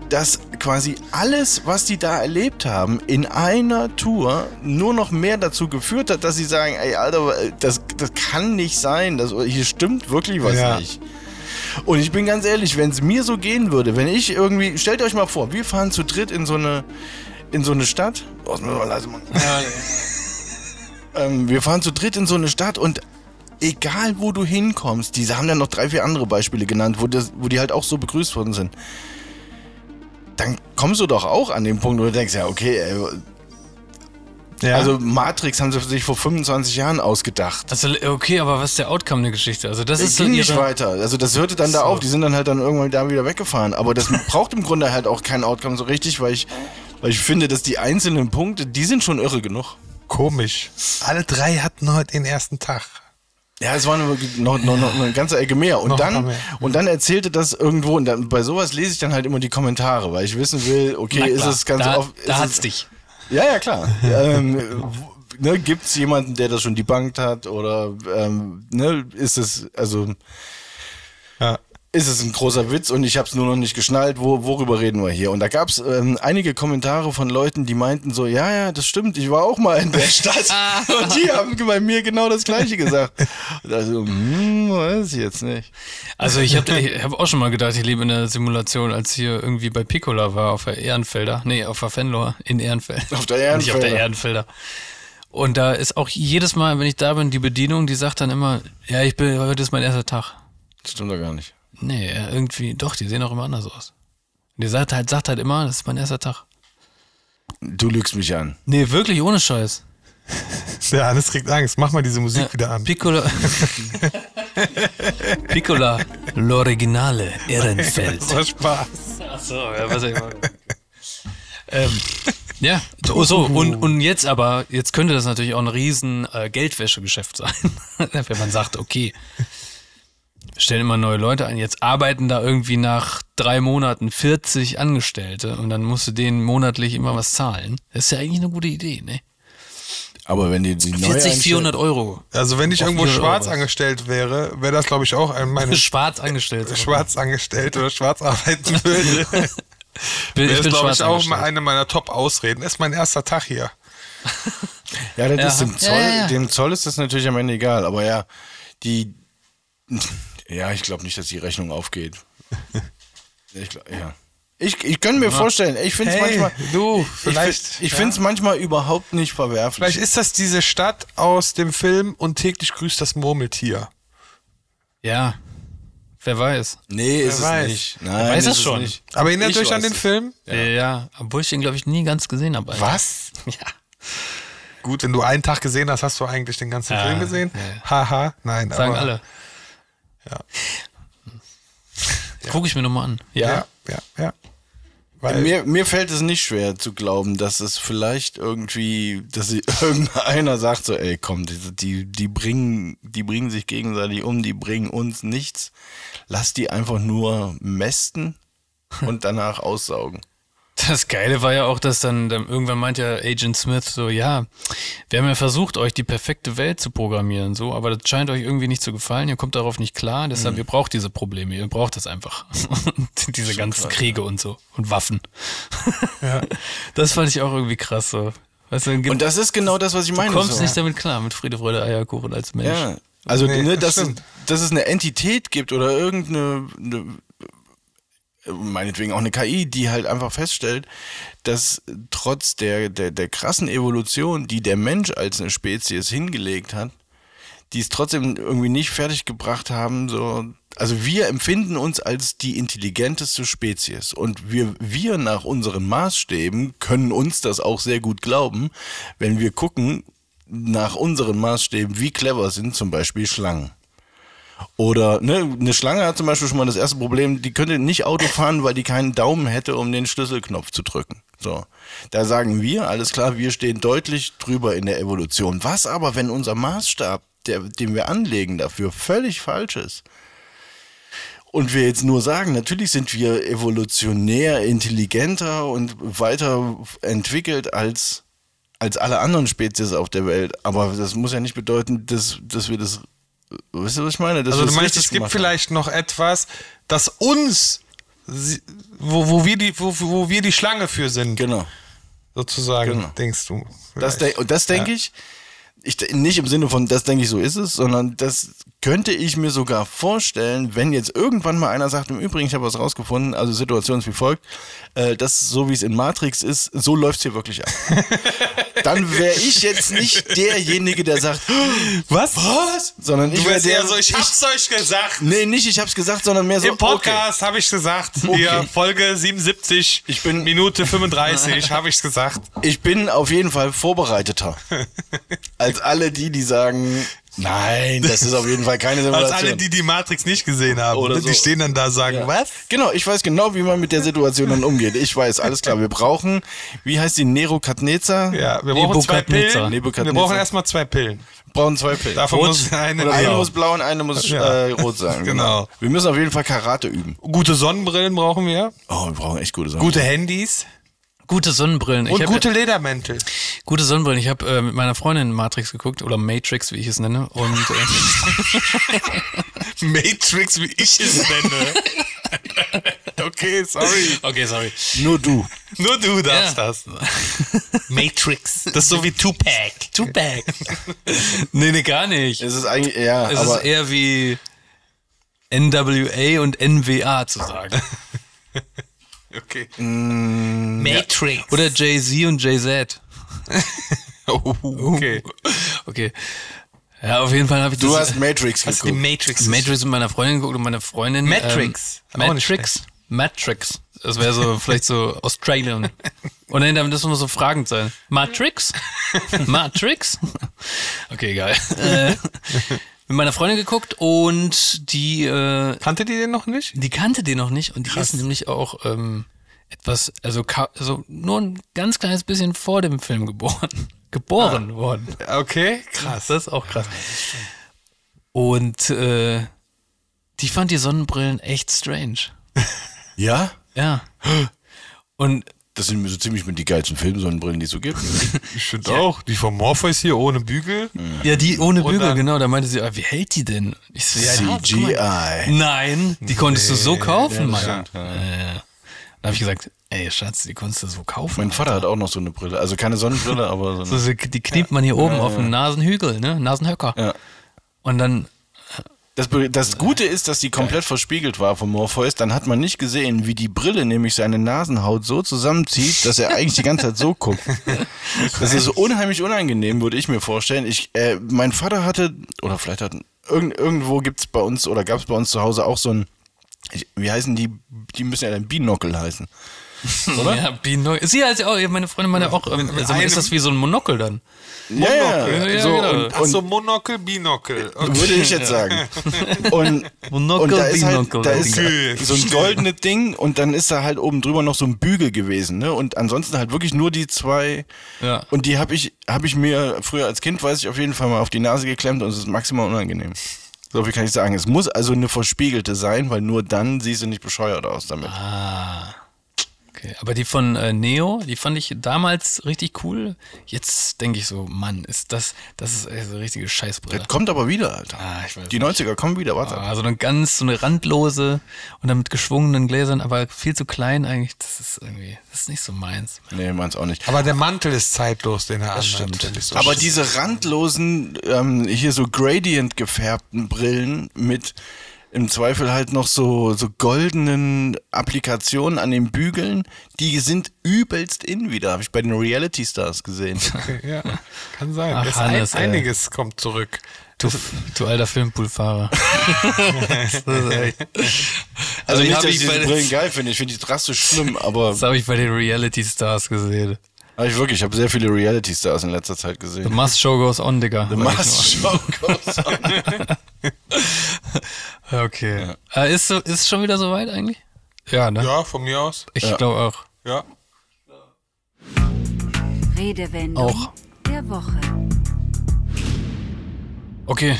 dass quasi alles, was die da erlebt haben, in einer Tour nur noch mehr dazu geführt hat, dass sie sagen, ey, Alter, das, das kann nicht sein, das, hier stimmt wirklich was
Ja.
nicht. Und ich bin ganz ehrlich, wenn es mir so gehen würde, wenn ich irgendwie, stellt euch mal vor, wir fahren zu dritt in so eine, in so eine Stadt. Oh, das müssen wir leise machen. Ähm, wir fahren zu dritt in so eine Stadt und egal wo du hinkommst, diese haben dann noch drei, vier andere Beispiele genannt, wo, das, wo die halt auch so begrüßt worden sind. Dann kommst du doch auch an den Punkt, wo du denkst, ja, okay, ey,
ja.
also Matrix haben sie sich vor 25 Jahren ausgedacht.
also, okay, aber was ist der Outcome der Geschichte? Also, das
Es
ist so
ging nicht
ihre-
weiter. Also das hörte dann da auf. Die sind dann halt dann irgendwann da wieder weggefahren. Aber das braucht im Grunde halt auch kein Outcome so richtig, weil ich Weil ich finde, dass die einzelnen Punkte, die sind schon irre genug.
Komisch. Alle drei hatten heute den ersten Tag.
Ja, es war noch, noch, noch, noch eine ganze Ecke mehr. Und
Noch ein
dann,
paar mehr.
und dann erzählte das irgendwo. Und dann, bei sowas lese ich dann halt immer die Kommentare, weil ich wissen will, okay,
Na
ist
klar,
es ganz
da,
oft.
Da
ist
hat's
es,
dich.
Ja, ja, klar. ähm, w- ne, Gibt es jemanden, der das schon debunked hat? Oder ähm, ne, ist es, also
Ja.
ist es ein großer Witz und ich habe es nur noch nicht geschnallt, wo, worüber reden wir hier? Und da gab es ähm, einige Kommentare von Leuten, die meinten so, ja, ja, das stimmt, ich war auch mal in der Stadt. und die haben bei mir genau das gleiche gesagt. Und also, hm, weiß ich jetzt nicht.
Also ich habe ich hab auch schon mal gedacht, ich lebe in einer Simulation, als hier irgendwie bei Piccola war auf der Ehrenfelder. Nee, auf der Fenloher in Ehrenfeld.
Auf der
Nicht auf der Ehrenfelder.
Ehrenfelder.
Und da ist auch jedes Mal, wenn ich da bin, die Bedienung, die sagt dann immer, ja, ich bin, heute ist mein erster Tag.
Das stimmt doch gar nicht.
Nee, ja, irgendwie, doch, die sehen auch immer anders aus. Und die sagt halt, sagt halt immer, das ist mein erster Tag.
Du lügst mich an.
Nee, wirklich, ohne Scheiß.
Ja, alles kriegt Angst. Mach mal diese Musik wieder an.
Piccola. Piccola, l'originale, Ehrenfeld.
Das war Spaß.
So, ja, was ich ähm, ja, oh so, so und, und jetzt aber, jetzt könnte das natürlich auch ein riesen äh, Geldwäschegeschäft sein, wenn man sagt, okay, wir stellen immer neue Leute ein, jetzt arbeiten da irgendwie nach drei Monaten 40 Angestellte und dann musst du denen monatlich immer was zahlen. Das ist ja eigentlich eine gute Idee, ne?
Aber wenn die, die neu
40,
einstellen-
400 Euro.
Also wenn ich
Auf
irgendwo
jeden Fall
schwarz
was.
angestellt wäre, wäre das glaube ich auch ein meine
Schwarz angestellt.
schwarz angestellt oder schwarz arbeiten würde.
Bin-
Wäre es glaube ich auch mal
angestellt.
eine meiner Top Ausreden. Ist mein erster Tag hier.
Ja, das
Ja.
ist dem
Ja,
Zoll,
ja, ja.
dem Zoll ist das natürlich am Ende egal, aber ja, die ja, ich glaube nicht, dass die Rechnung aufgeht. Ich glaub, ja. Ich, ich kann mir vorstellen, ich finde es
Hey,
manchmal
du,
ich-
vielleicht,
Ich, ich finde es manchmal überhaupt nicht verwerflich.
Vielleicht ist das diese Stadt aus dem Film und täglich grüßt das Murmeltier.
Ja, wer weiß.
nee, ist
Wer weiß.
es nicht. Nein,
Weiß
ist
es schon.
Nicht.
Aber erinnert
Ich
euch an
weiß
den
es.
Film?
Äh, Ja, obwohl ich den, glaube ich, nie ganz gesehen habe. Alter.
Was?
Ja.
Gut, wenn du einen Tag gesehen hast, hast du eigentlich den ganzen
Ja,
Film gesehen?
ja.
Haha, nein.
Sagen
aber,
alle. Ja. Guck ich mir nochmal an. Ja.
Ja, ja, ja. Weil
Mir, mir fällt es nicht schwer zu glauben, dass es vielleicht irgendwie, dass sie- irgendeiner sagt so, ey, komm, die, die, die bringen, die bringen sich gegenseitig um, die bringen uns nichts. Lass die einfach nur mästen und danach aussaugen.
Das Geile war ja auch, dass dann, dann irgendwann meint ja Agent Smith so, ja, wir haben ja versucht, euch die perfekte Welt zu programmieren, so, aber das scheint euch irgendwie nicht zu gefallen, ihr kommt darauf nicht klar,
Mhm.
deshalb, ihr braucht diese Probleme, ihr braucht das einfach. diese ganzen Kriege und so und Waffen. Das fand ich auch irgendwie krass so. Weißt du, dann gibt,
Und das ist genau das, was ich meine.
du kommst
so.
nicht damit klar, mit Friede, Freude, Eierkuchen als Mensch.
Ja. Also,
Nee,
ne,
das
dass,
stimmt.
dass es eine Entität gibt oder irgendeine, eine, meinetwegen auch eine KI, die halt einfach feststellt, dass trotz der, der, der krassen Evolution, die der Mensch als eine Spezies hingelegt hat, die es trotzdem irgendwie nicht fertiggebracht haben, so. Also wir empfinden uns als die intelligenteste Spezies und wir, wir nach unseren Maßstäben können uns das auch sehr gut glauben, wenn wir gucken nach unseren Maßstäben, wie clever sind zum Beispiel Schlangen. Oder ne, eine Schlange hat zum Beispiel schon mal das erste Problem, die könnte nicht Auto fahren, weil die keinen Daumen hätte, um den Schlüsselknopf zu drücken. So, da sagen wir, alles klar, wir stehen deutlich drüber in der Evolution. Was aber, wenn unser Maßstab, der, den wir anlegen dafür, völlig falsch ist? Und wir jetzt nur sagen, natürlich sind wir evolutionär intelligenter und weiter entwickelt als, als alle anderen Spezies auf der Welt. Aber das muss ja nicht bedeuten, dass, dass wir das. äh, Weißt du, was ich meine? Dass
Also
wir
du
es
meinst,
richtig
es gibt
gemacht haben.
vielleicht noch etwas, das uns, sie- wo, wo, wir die, wo, wo wir die Schlange für sind,
Genau.
sozusagen,
Genau.
denkst du.
Das
vielleicht.
denk- und das denke ich, ich, de- nicht im Sinne von, das denke ich, so ist es, sondern das könnte ich mir sogar vorstellen, wenn jetzt irgendwann mal einer sagt, im Übrigen, ich habe was rausgefunden, also Situation ist wie folgt, äh, das ist so wie es in Matrix ist, so läuft es hier wirklich ab. Dann wäre ich jetzt nicht derjenige, der sagt,
was? Was?
sondern ich
Du
wäre
wärst
der,
eher so, ich hab's euch gesagt.
nee, nicht ich hab's gesagt, sondern mehr so,
Im Podcast habe ich gesagt, hier, Folge 77,
Ich bin-
Minute 35, habe ich's gesagt.
okay, ich bin auf jeden Fall vorbereiteter als alle die, die sagen, Nein, das ist auf jeden Fall keine
Als
Simulation.
alle, die die Matrix nicht gesehen haben,
Oder
ne?
so.
die stehen dann da und sagen,
Ja.
was?
Genau, ich weiß genau, wie man mit der Situation dann umgeht. Ich weiß, alles klar, wir brauchen, wie heißt die, Nerokatneza?
Ja, wir brauchen zwei
Nebukadnezar.
Pillen.
Nebukadnezar.
Wir brauchen erstmal zwei Pillen.
Brauchen zwei Pillen.
Davon
Rot.
muss eine
Oder eine
blau.
muss blau und eine muss
Ja.
äh, rot sein.
Genau.
Wir müssen auf jeden Fall Karate üben.
Gute Sonnenbrillen brauchen wir.
Oh, wir brauchen echt gute Sachen.
Gute Handys.
Gute Sonnenbrillen.
Und
ich hab,
gute Ledermäntel.
Gute Sonnenbrillen. Ich habe äh, mit meiner Freundin Matrix geguckt oder Matrix, wie ich es nenne. Und äh,
Matrix, wie ich es nenne. okay, sorry.
okay, sorry.
Nur du.
Nur du darfst
Ja.
das. Matrix. Das ist so wie Tupac.
Tupac. nee, nee, gar nicht.
Es ist eigentlich, ja,
es
aber
ist eher wie NWA und NWA zu sagen.
Okay.
Matrix. Oder Jay-Z und Jay-Z.
Oh, okay.
Okay. Ja, auf jeden Fall habe ich
Uh. du
das
hast Matrix
Hast du die
geguckt.
Matrix?
Matrix mit meiner Freundin geguckt und meine Freundin.
Matrix.
Ähm,
Auch nicht
Matrix. Matrix. Das wäre so vielleicht so Australian. Und nein, da müssen wir so fragend sein. Matrix? Matrix? Okay, egal. Äh, mit meiner Freundin geguckt und die äh,
Kannte die den noch nicht?
Die kannte den noch nicht und die ist nämlich auch ähm, etwas, also, ka- also nur ein ganz kleines bisschen vor dem Film geboren. Geboren worden.
Okay, Ah, krass.
Das ist auch krass. Und äh, die fand die Sonnenbrillen echt strange.
Ja?
Ja. Und
Das sind mir so ziemlich mit die geilsten Filmsonnenbrillen, die es so gibt.
Ich finde auch. Die von Morpheus hier ohne Bügel.
ja, die ohne Bügel,
dann-
genau. Da meinte sie, ah, wie hält die denn? Ich so, ja, die, guck mal.
CGI.
Nein, die konntest du so kaufen, Mann.
stimmt,
Äh, da habe ich gesagt, ey Schatz, die konntest du so kaufen.
Mein Vater hat auch noch so eine Brille. Also keine Sonnenbrille, aber so eine.
So, so, die kniept man hier oben auf dem Nasenhügel, ne? Nasenhöcker.
Ja.
Und dann,
Das, Be- das Gute ist, dass die komplett verspiegelt war von Morpheus. Dann hat man nicht gesehen, wie die Brille nämlich seine Nasenhaut so zusammenzieht, dass er eigentlich die ganze Zeit so guckt. Das ist unheimlich unangenehm, würde ich mir vorstellen. Ich, äh, mein Vater hatte, oder vielleicht hat, irgend, irgendwo gibt's bei uns, oder gab's bei uns zu Hause auch so ein, ich, wie heißen die, die müssen ja dann Binockel heißen.
oder? Ja, Binoc Sie als auch, meine Freundin meinte auch, ähm, also man ist
einem-
das wie so ein Monokel dann.
Ja, ja,
Ja, ja,
so,
genau.
und,
Achso,
und,
Monokel, Binokel. Okay.
würde ich jetzt sagen. Und,
Monokel,
und da ist halt,
Binocle,
da ist
Ding.
Dinkel.
so ein goldenes Ding und dann ist da halt oben drüber noch so ein Bügel gewesen, ne? Und ansonsten halt wirklich nur die zwei.
Ja.
Und die habe ich, hab ich mir früher als Kind, weiß ich, auf jeden Fall mal auf die Nase geklemmt und es ist maximal unangenehm. So viel kann ich sagen. Es muss also eine verspiegelte sein, weil nur dann siehst du nicht bescheuert aus damit.
Ah. Okay. Aber die von äh, Neo, die fand ich damals richtig cool. Jetzt denke ich so, Mann, ist das, das ist echt so eine richtige Scheißbrille.
Das kommt aber wieder, Alter.
Ah, ich weiß
die 90er kommen wieder, warte.
Ah, so eine ganz, so eine randlose und dann mit geschwungenen Gläsern, aber viel zu klein eigentlich. Das ist irgendwie, das ist nicht so meins.
Nee, meins auch nicht.
Aber der Mantel ist zeitlos, den er anhat. finde ich so
Aber
schön.
diese randlosen, ähm, hier so gradient gefärbten Brillen mit im Zweifel halt noch so, so goldenen Applikationen an den Bügeln, die sind übelst in wieder. Habe ich bei den Reality Stars gesehen.
Ja, kann sein.
Ach,
Das
Hannes, ey.
ein, einiges kommt zurück.
Du, du alter Filmpoolfahrer. das ist echt
Also
die
nicht,
hab ich
dass ich diese
bei den-
Brillen geil finde. Ich finde die drastisch schlimm, aber
Das habe ich bei den Reality Stars gesehen.
hab ich wirklich, ich habe sehr viele Reality Stars in letzter Zeit
The
gesehen.
Must Show Goes On, Digga.
The Must Show Goes On.
Okay. Äh, ist, so, ist schon wieder soweit eigentlich? Ja, ne?
Ja, von mir aus.
Ich glaube auch.
Ja.
Redewendung
Auch.
der Woche.
Okay.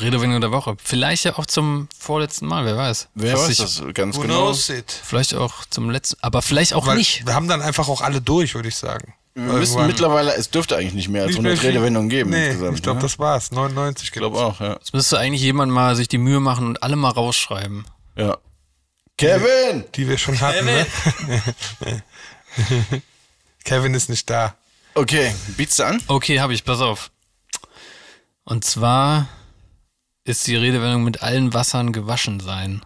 Redewendung der Woche. Vielleicht ja auch zum vorletzten Mal, wer weiß.
Wer
Was
weiß
ich-
das ganz
Who
genau?
knows it?
Vielleicht auch zum letzten, aber vielleicht auch
Weil
nicht.
Wir haben dann einfach auch alle durch, würde ich sagen.
Wir müssen mittlerweile, es dürfte eigentlich nicht mehr als 100 Redewendungen geben
Nee,
insgesamt.
ich glaube,
ne?
das war's. 99
ich glaube
gibt's.
auch, ja.
Jetzt müsste eigentlich jemand mal sich die Mühe machen und alle mal rausschreiben.
ja. Kevin!
Die wir schon hatten, Kevin. ne? Kevin ist nicht da.
Okay, bietst du an?
Okay, habe ich, pass auf. Und zwar ist die Redewendung mit allen Wassern gewaschen sein.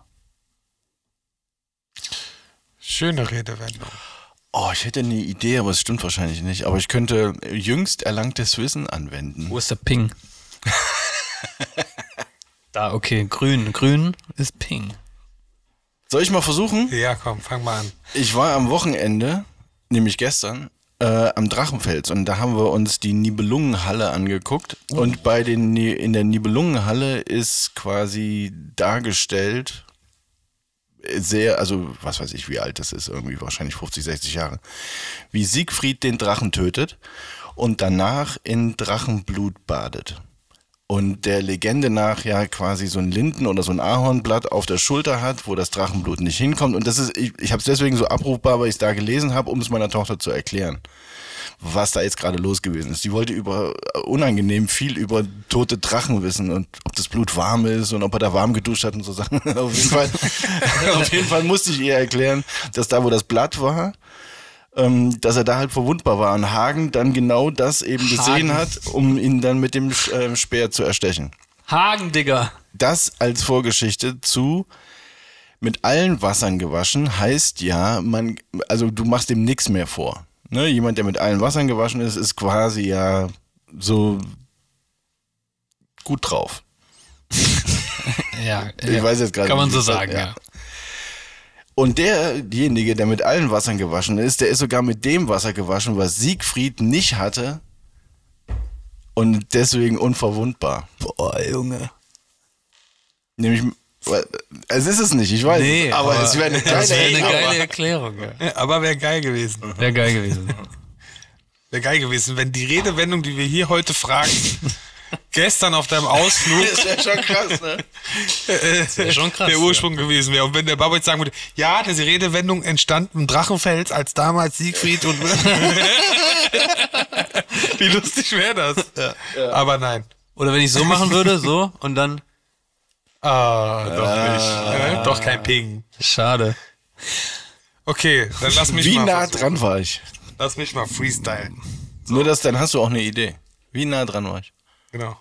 Schöne Redewendung.
Oh, ich hätte eine Idee, aber es stimmt wahrscheinlich nicht. Aber ich könnte jüngst erlangtes Wissen anwenden.
Wo ist der Ping? da, okay, grün. Grün ist Ping.
Soll ich mal versuchen?
Ja, komm, fang mal an.
Ich war am Wochenende, nämlich gestern, äh, am Drachenfels und da haben wir uns die Nibelungenhalle angeguckt. Und bei den Ni- in der Nibelungenhalle ist quasi dargestellt äh, sehr, also was weiß ich, wie alt das ist, irgendwie wahrscheinlich 50, 60 Jahre, wie Siegfried den Drachen tötet und danach in Drachenblut badet. Und der Legende nach ja quasi so ein Linden- oder so ein Ahornblatt auf der Schulter hat, wo das Drachenblut nicht hinkommt. Und das ist, ich, ich habe es deswegen so abrufbar, weil ich es da gelesen habe, um es meiner Tochter zu erklären, was da jetzt gerade los gewesen ist. Die wollte über unangenehm viel über tote Drachen wissen und ob das Blut warm ist und ob er da warm geduscht hat und so Sachen. auf, jeden Fall, auf jeden Fall musste ich ihr erklären, dass da, wo das Blatt war, ähm, dass er da halt verwundbar war. Und Hagen dann genau das eben gesehen
Hagen.
hat, um ihn dann mit dem Sch- ähm, Speer zu erstechen.
Hagen, Digga.
Das als Vorgeschichte zu mit allen Wassern gewaschen heißt ja, man, also du machst dem nichts mehr vor. Ne? Jemand, der mit allen Wassern gewaschen ist, ist quasi ja so gut drauf.
Ja,
Ich
ja.
weiß jetzt gerade
Kann man
nicht,
so
wie-
sagen,
ja.
ja.
Und derjenige, der mit allen Wassern gewaschen ist, der ist sogar mit dem Wasser gewaschen, was Siegfried nicht hatte und deswegen unverwundbar.
Boah, Junge.
Nämlich, es ist es nicht, ich weiß,
Nee,
es, aber, es wäre eine geile,
das wär eine
aber-
geile Erklärung. Ja.
Ja, aber wäre geil gewesen.
Wäre geil gewesen.
Wäre geil gewesen, wenn die Redewendung, die wir hier heute fragen, gestern auf deinem Ausflug
Das wäre schon krass, ne?
Wäre schon krass.
der Ursprung gewesen wäre. Und wenn der Babo jetzt sagen würde, ja, diese Redewendung entstand im Drachenfels, als damals Siegfried und... Wie lustig wäre das? Aber nein.
Ja. Oder wenn ich so machen würde, so und dann.
Ah, doch nicht. Äh, Doch kein Ping.
Schade.
Okay, dann lass mich
Wie
mal...
nah
versuchen.
dran war ich?
Lass mich mal freestylen.
Nur das, dann hast du auch eine Idee. Wie nah dran war ich?
Genau.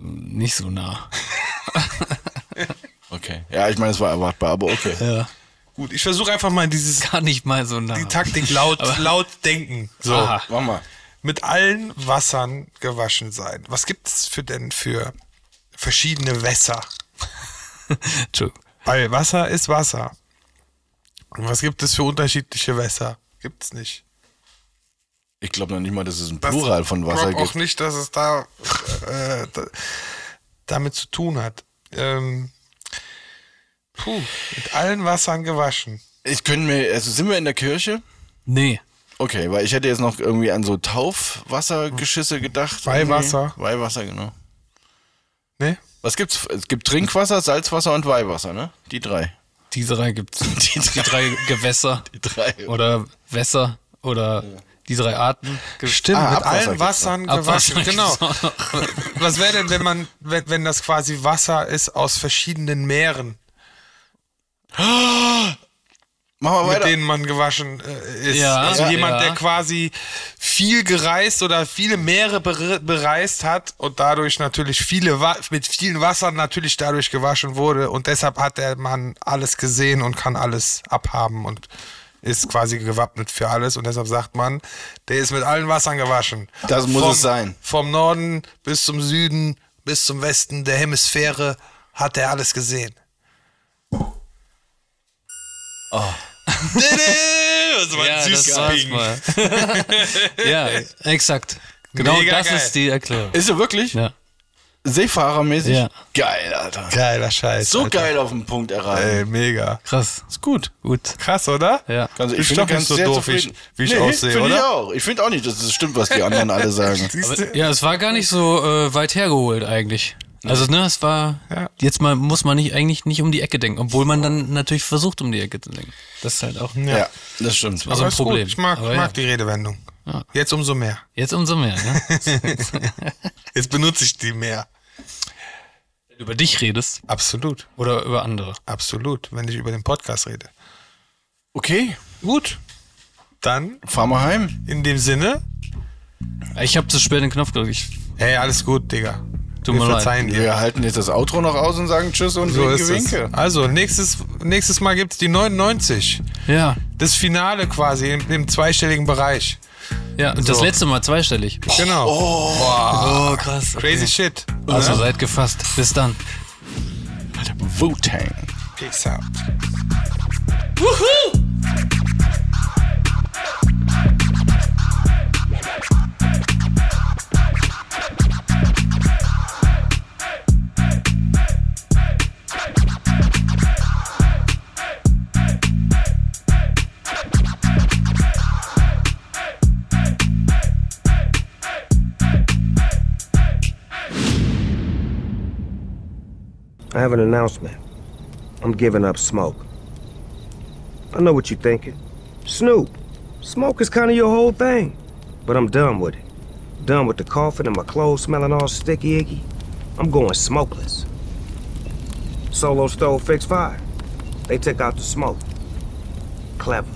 Nicht so nah.
Okay. Ja, ich meine, es war erwartbar, aber okay.
Ja.
Gut, ich versuche einfach mal dieses...
Gar nicht mal so nah.
Die Taktik laut, laut denken. So.
Aha.
Mach mal.
mit allen Wassern gewaschen sein. Was gibt es für denn für verschiedene Wässer?
Entschuldigung.
Weil Wasser ist Wasser. Und was gibt es für unterschiedliche Wässer? Gibt es nicht.
Ich glaube noch nicht mal, dass es ein
Das-
Plural von Wasser
Ich glaube auch
gibt.
nicht, dass es da, äh, da damit zu tun hat. Ähm, puh, mit allen Wassern gewaschen.
Ich könnte mir, also sind wir in der Kirche?
Nee.
Okay, weil ich hätte jetzt noch irgendwie an so Taufwassergeschisse gedacht.
Mhm. Weihwasser.
Irgendwie. Weihwasser, genau.
Ne?
Was gibt's? Es gibt Trinkwasser, Salzwasser und Weihwasser, ne? Die drei.
Die drei gibt's. Die, drei Gewässer. Die
drei.
Oder Wässer. Oder die drei Arten.
Stimmt,
Ah,
mit
Abwasser
allen
gibt's noch.
Wassern
Abwasser
gewaschen.
gibt's
genau.
auch
Was wäre denn, wenn man, wenn, wenn das quasi Wasser ist aus verschiedenen Meeren?
Mach mal
mit
weiter.
denen man gewaschen äh, ist.
Ja,
also
ja,
jemand,
ja.
der quasi viel gereist oder viele Meere bere- bereist hat und dadurch natürlich viele Wa mit vielen Wassern natürlich dadurch gewaschen wurde und deshalb hat der Mann alles gesehen und kann alles abhaben und ist quasi gewappnet für alles und deshalb sagt man, der ist mit allen Wassern gewaschen.
Das muss
vom,
es sein.
Vom Norden bis zum Süden bis zum Westen der Hemisphäre hat er alles gesehen.
das war
Ja, das war's mal. ja, exakt. Genau
Mega
das
geil.
ist die Erklärung.
Ist er wirklich?
Ja.
Seefahrermäßig?
Ja.
Geil, Alter.
Geiler Scheiß.
So
Alter.
geil auf den Punkt erreicht.
Ey, mega.
Krass.
Ist gut.
Gut.
Krass, oder?
Ja.
Also
Ist doch nicht so doof, wie ich- wie ich aussehe,
find Ich
oder?
auch. Ich finde auch nicht, dass das stimmt, was die anderen alle sagen.
Siehst du?
Ja, es war gar nicht so äh, weit hergeholt eigentlich. Also, ne, es war. Jetzt mal muss man nicht eigentlich nicht um die Ecke denken, obwohl man dann natürlich versucht, um die Ecke zu denken. Das ist halt auch.
Ja, das stimmt.
Also- ein
Aber ist gut.
Problem.
Ich mag,
Aber ja.
mag die Redewendung. Jetzt umso mehr.
Jetzt umso mehr, ne?
Jetzt benutze ich die mehr.
Wenn du über dich redest
Absolut,
oder über andere.
absolut, wenn ich über den Podcast rede.
okay,
Gut. Dann
fahr mal heim.
in dem Sinne,
Ich habe zu spät den Knopf gedrückt. Ich,
hey, alles gut, Digga.
Tut mir
Wir
leid.
verzeihen
Wir
dir.
halten jetzt das Outro noch aus und sagen Tschüss und
So ist
winke,
es.
winke.
Also, nächstes, nächstes Mal gibt es die 99.
ja,
Das Finale quasi im, im zweistelligen Bereich.
ja. Und das
So.
letzte Mal zweistellig.
Genau.
Oh, krass. okay.
Crazy shit. Ne?
Also seid gefasst. Bis dann.
Wu-Tang.
Peace out.
Woohoo!
I have an announcement. I'm giving up smoke. I know what you're thinking. Snoop, smoke is kind of your whole thing. But I'm done with it. Done with the coughing and my clothes smelling all sticky icky. I'm going smokeless. Solo stole Fix 5. They took out the smoke. Clever.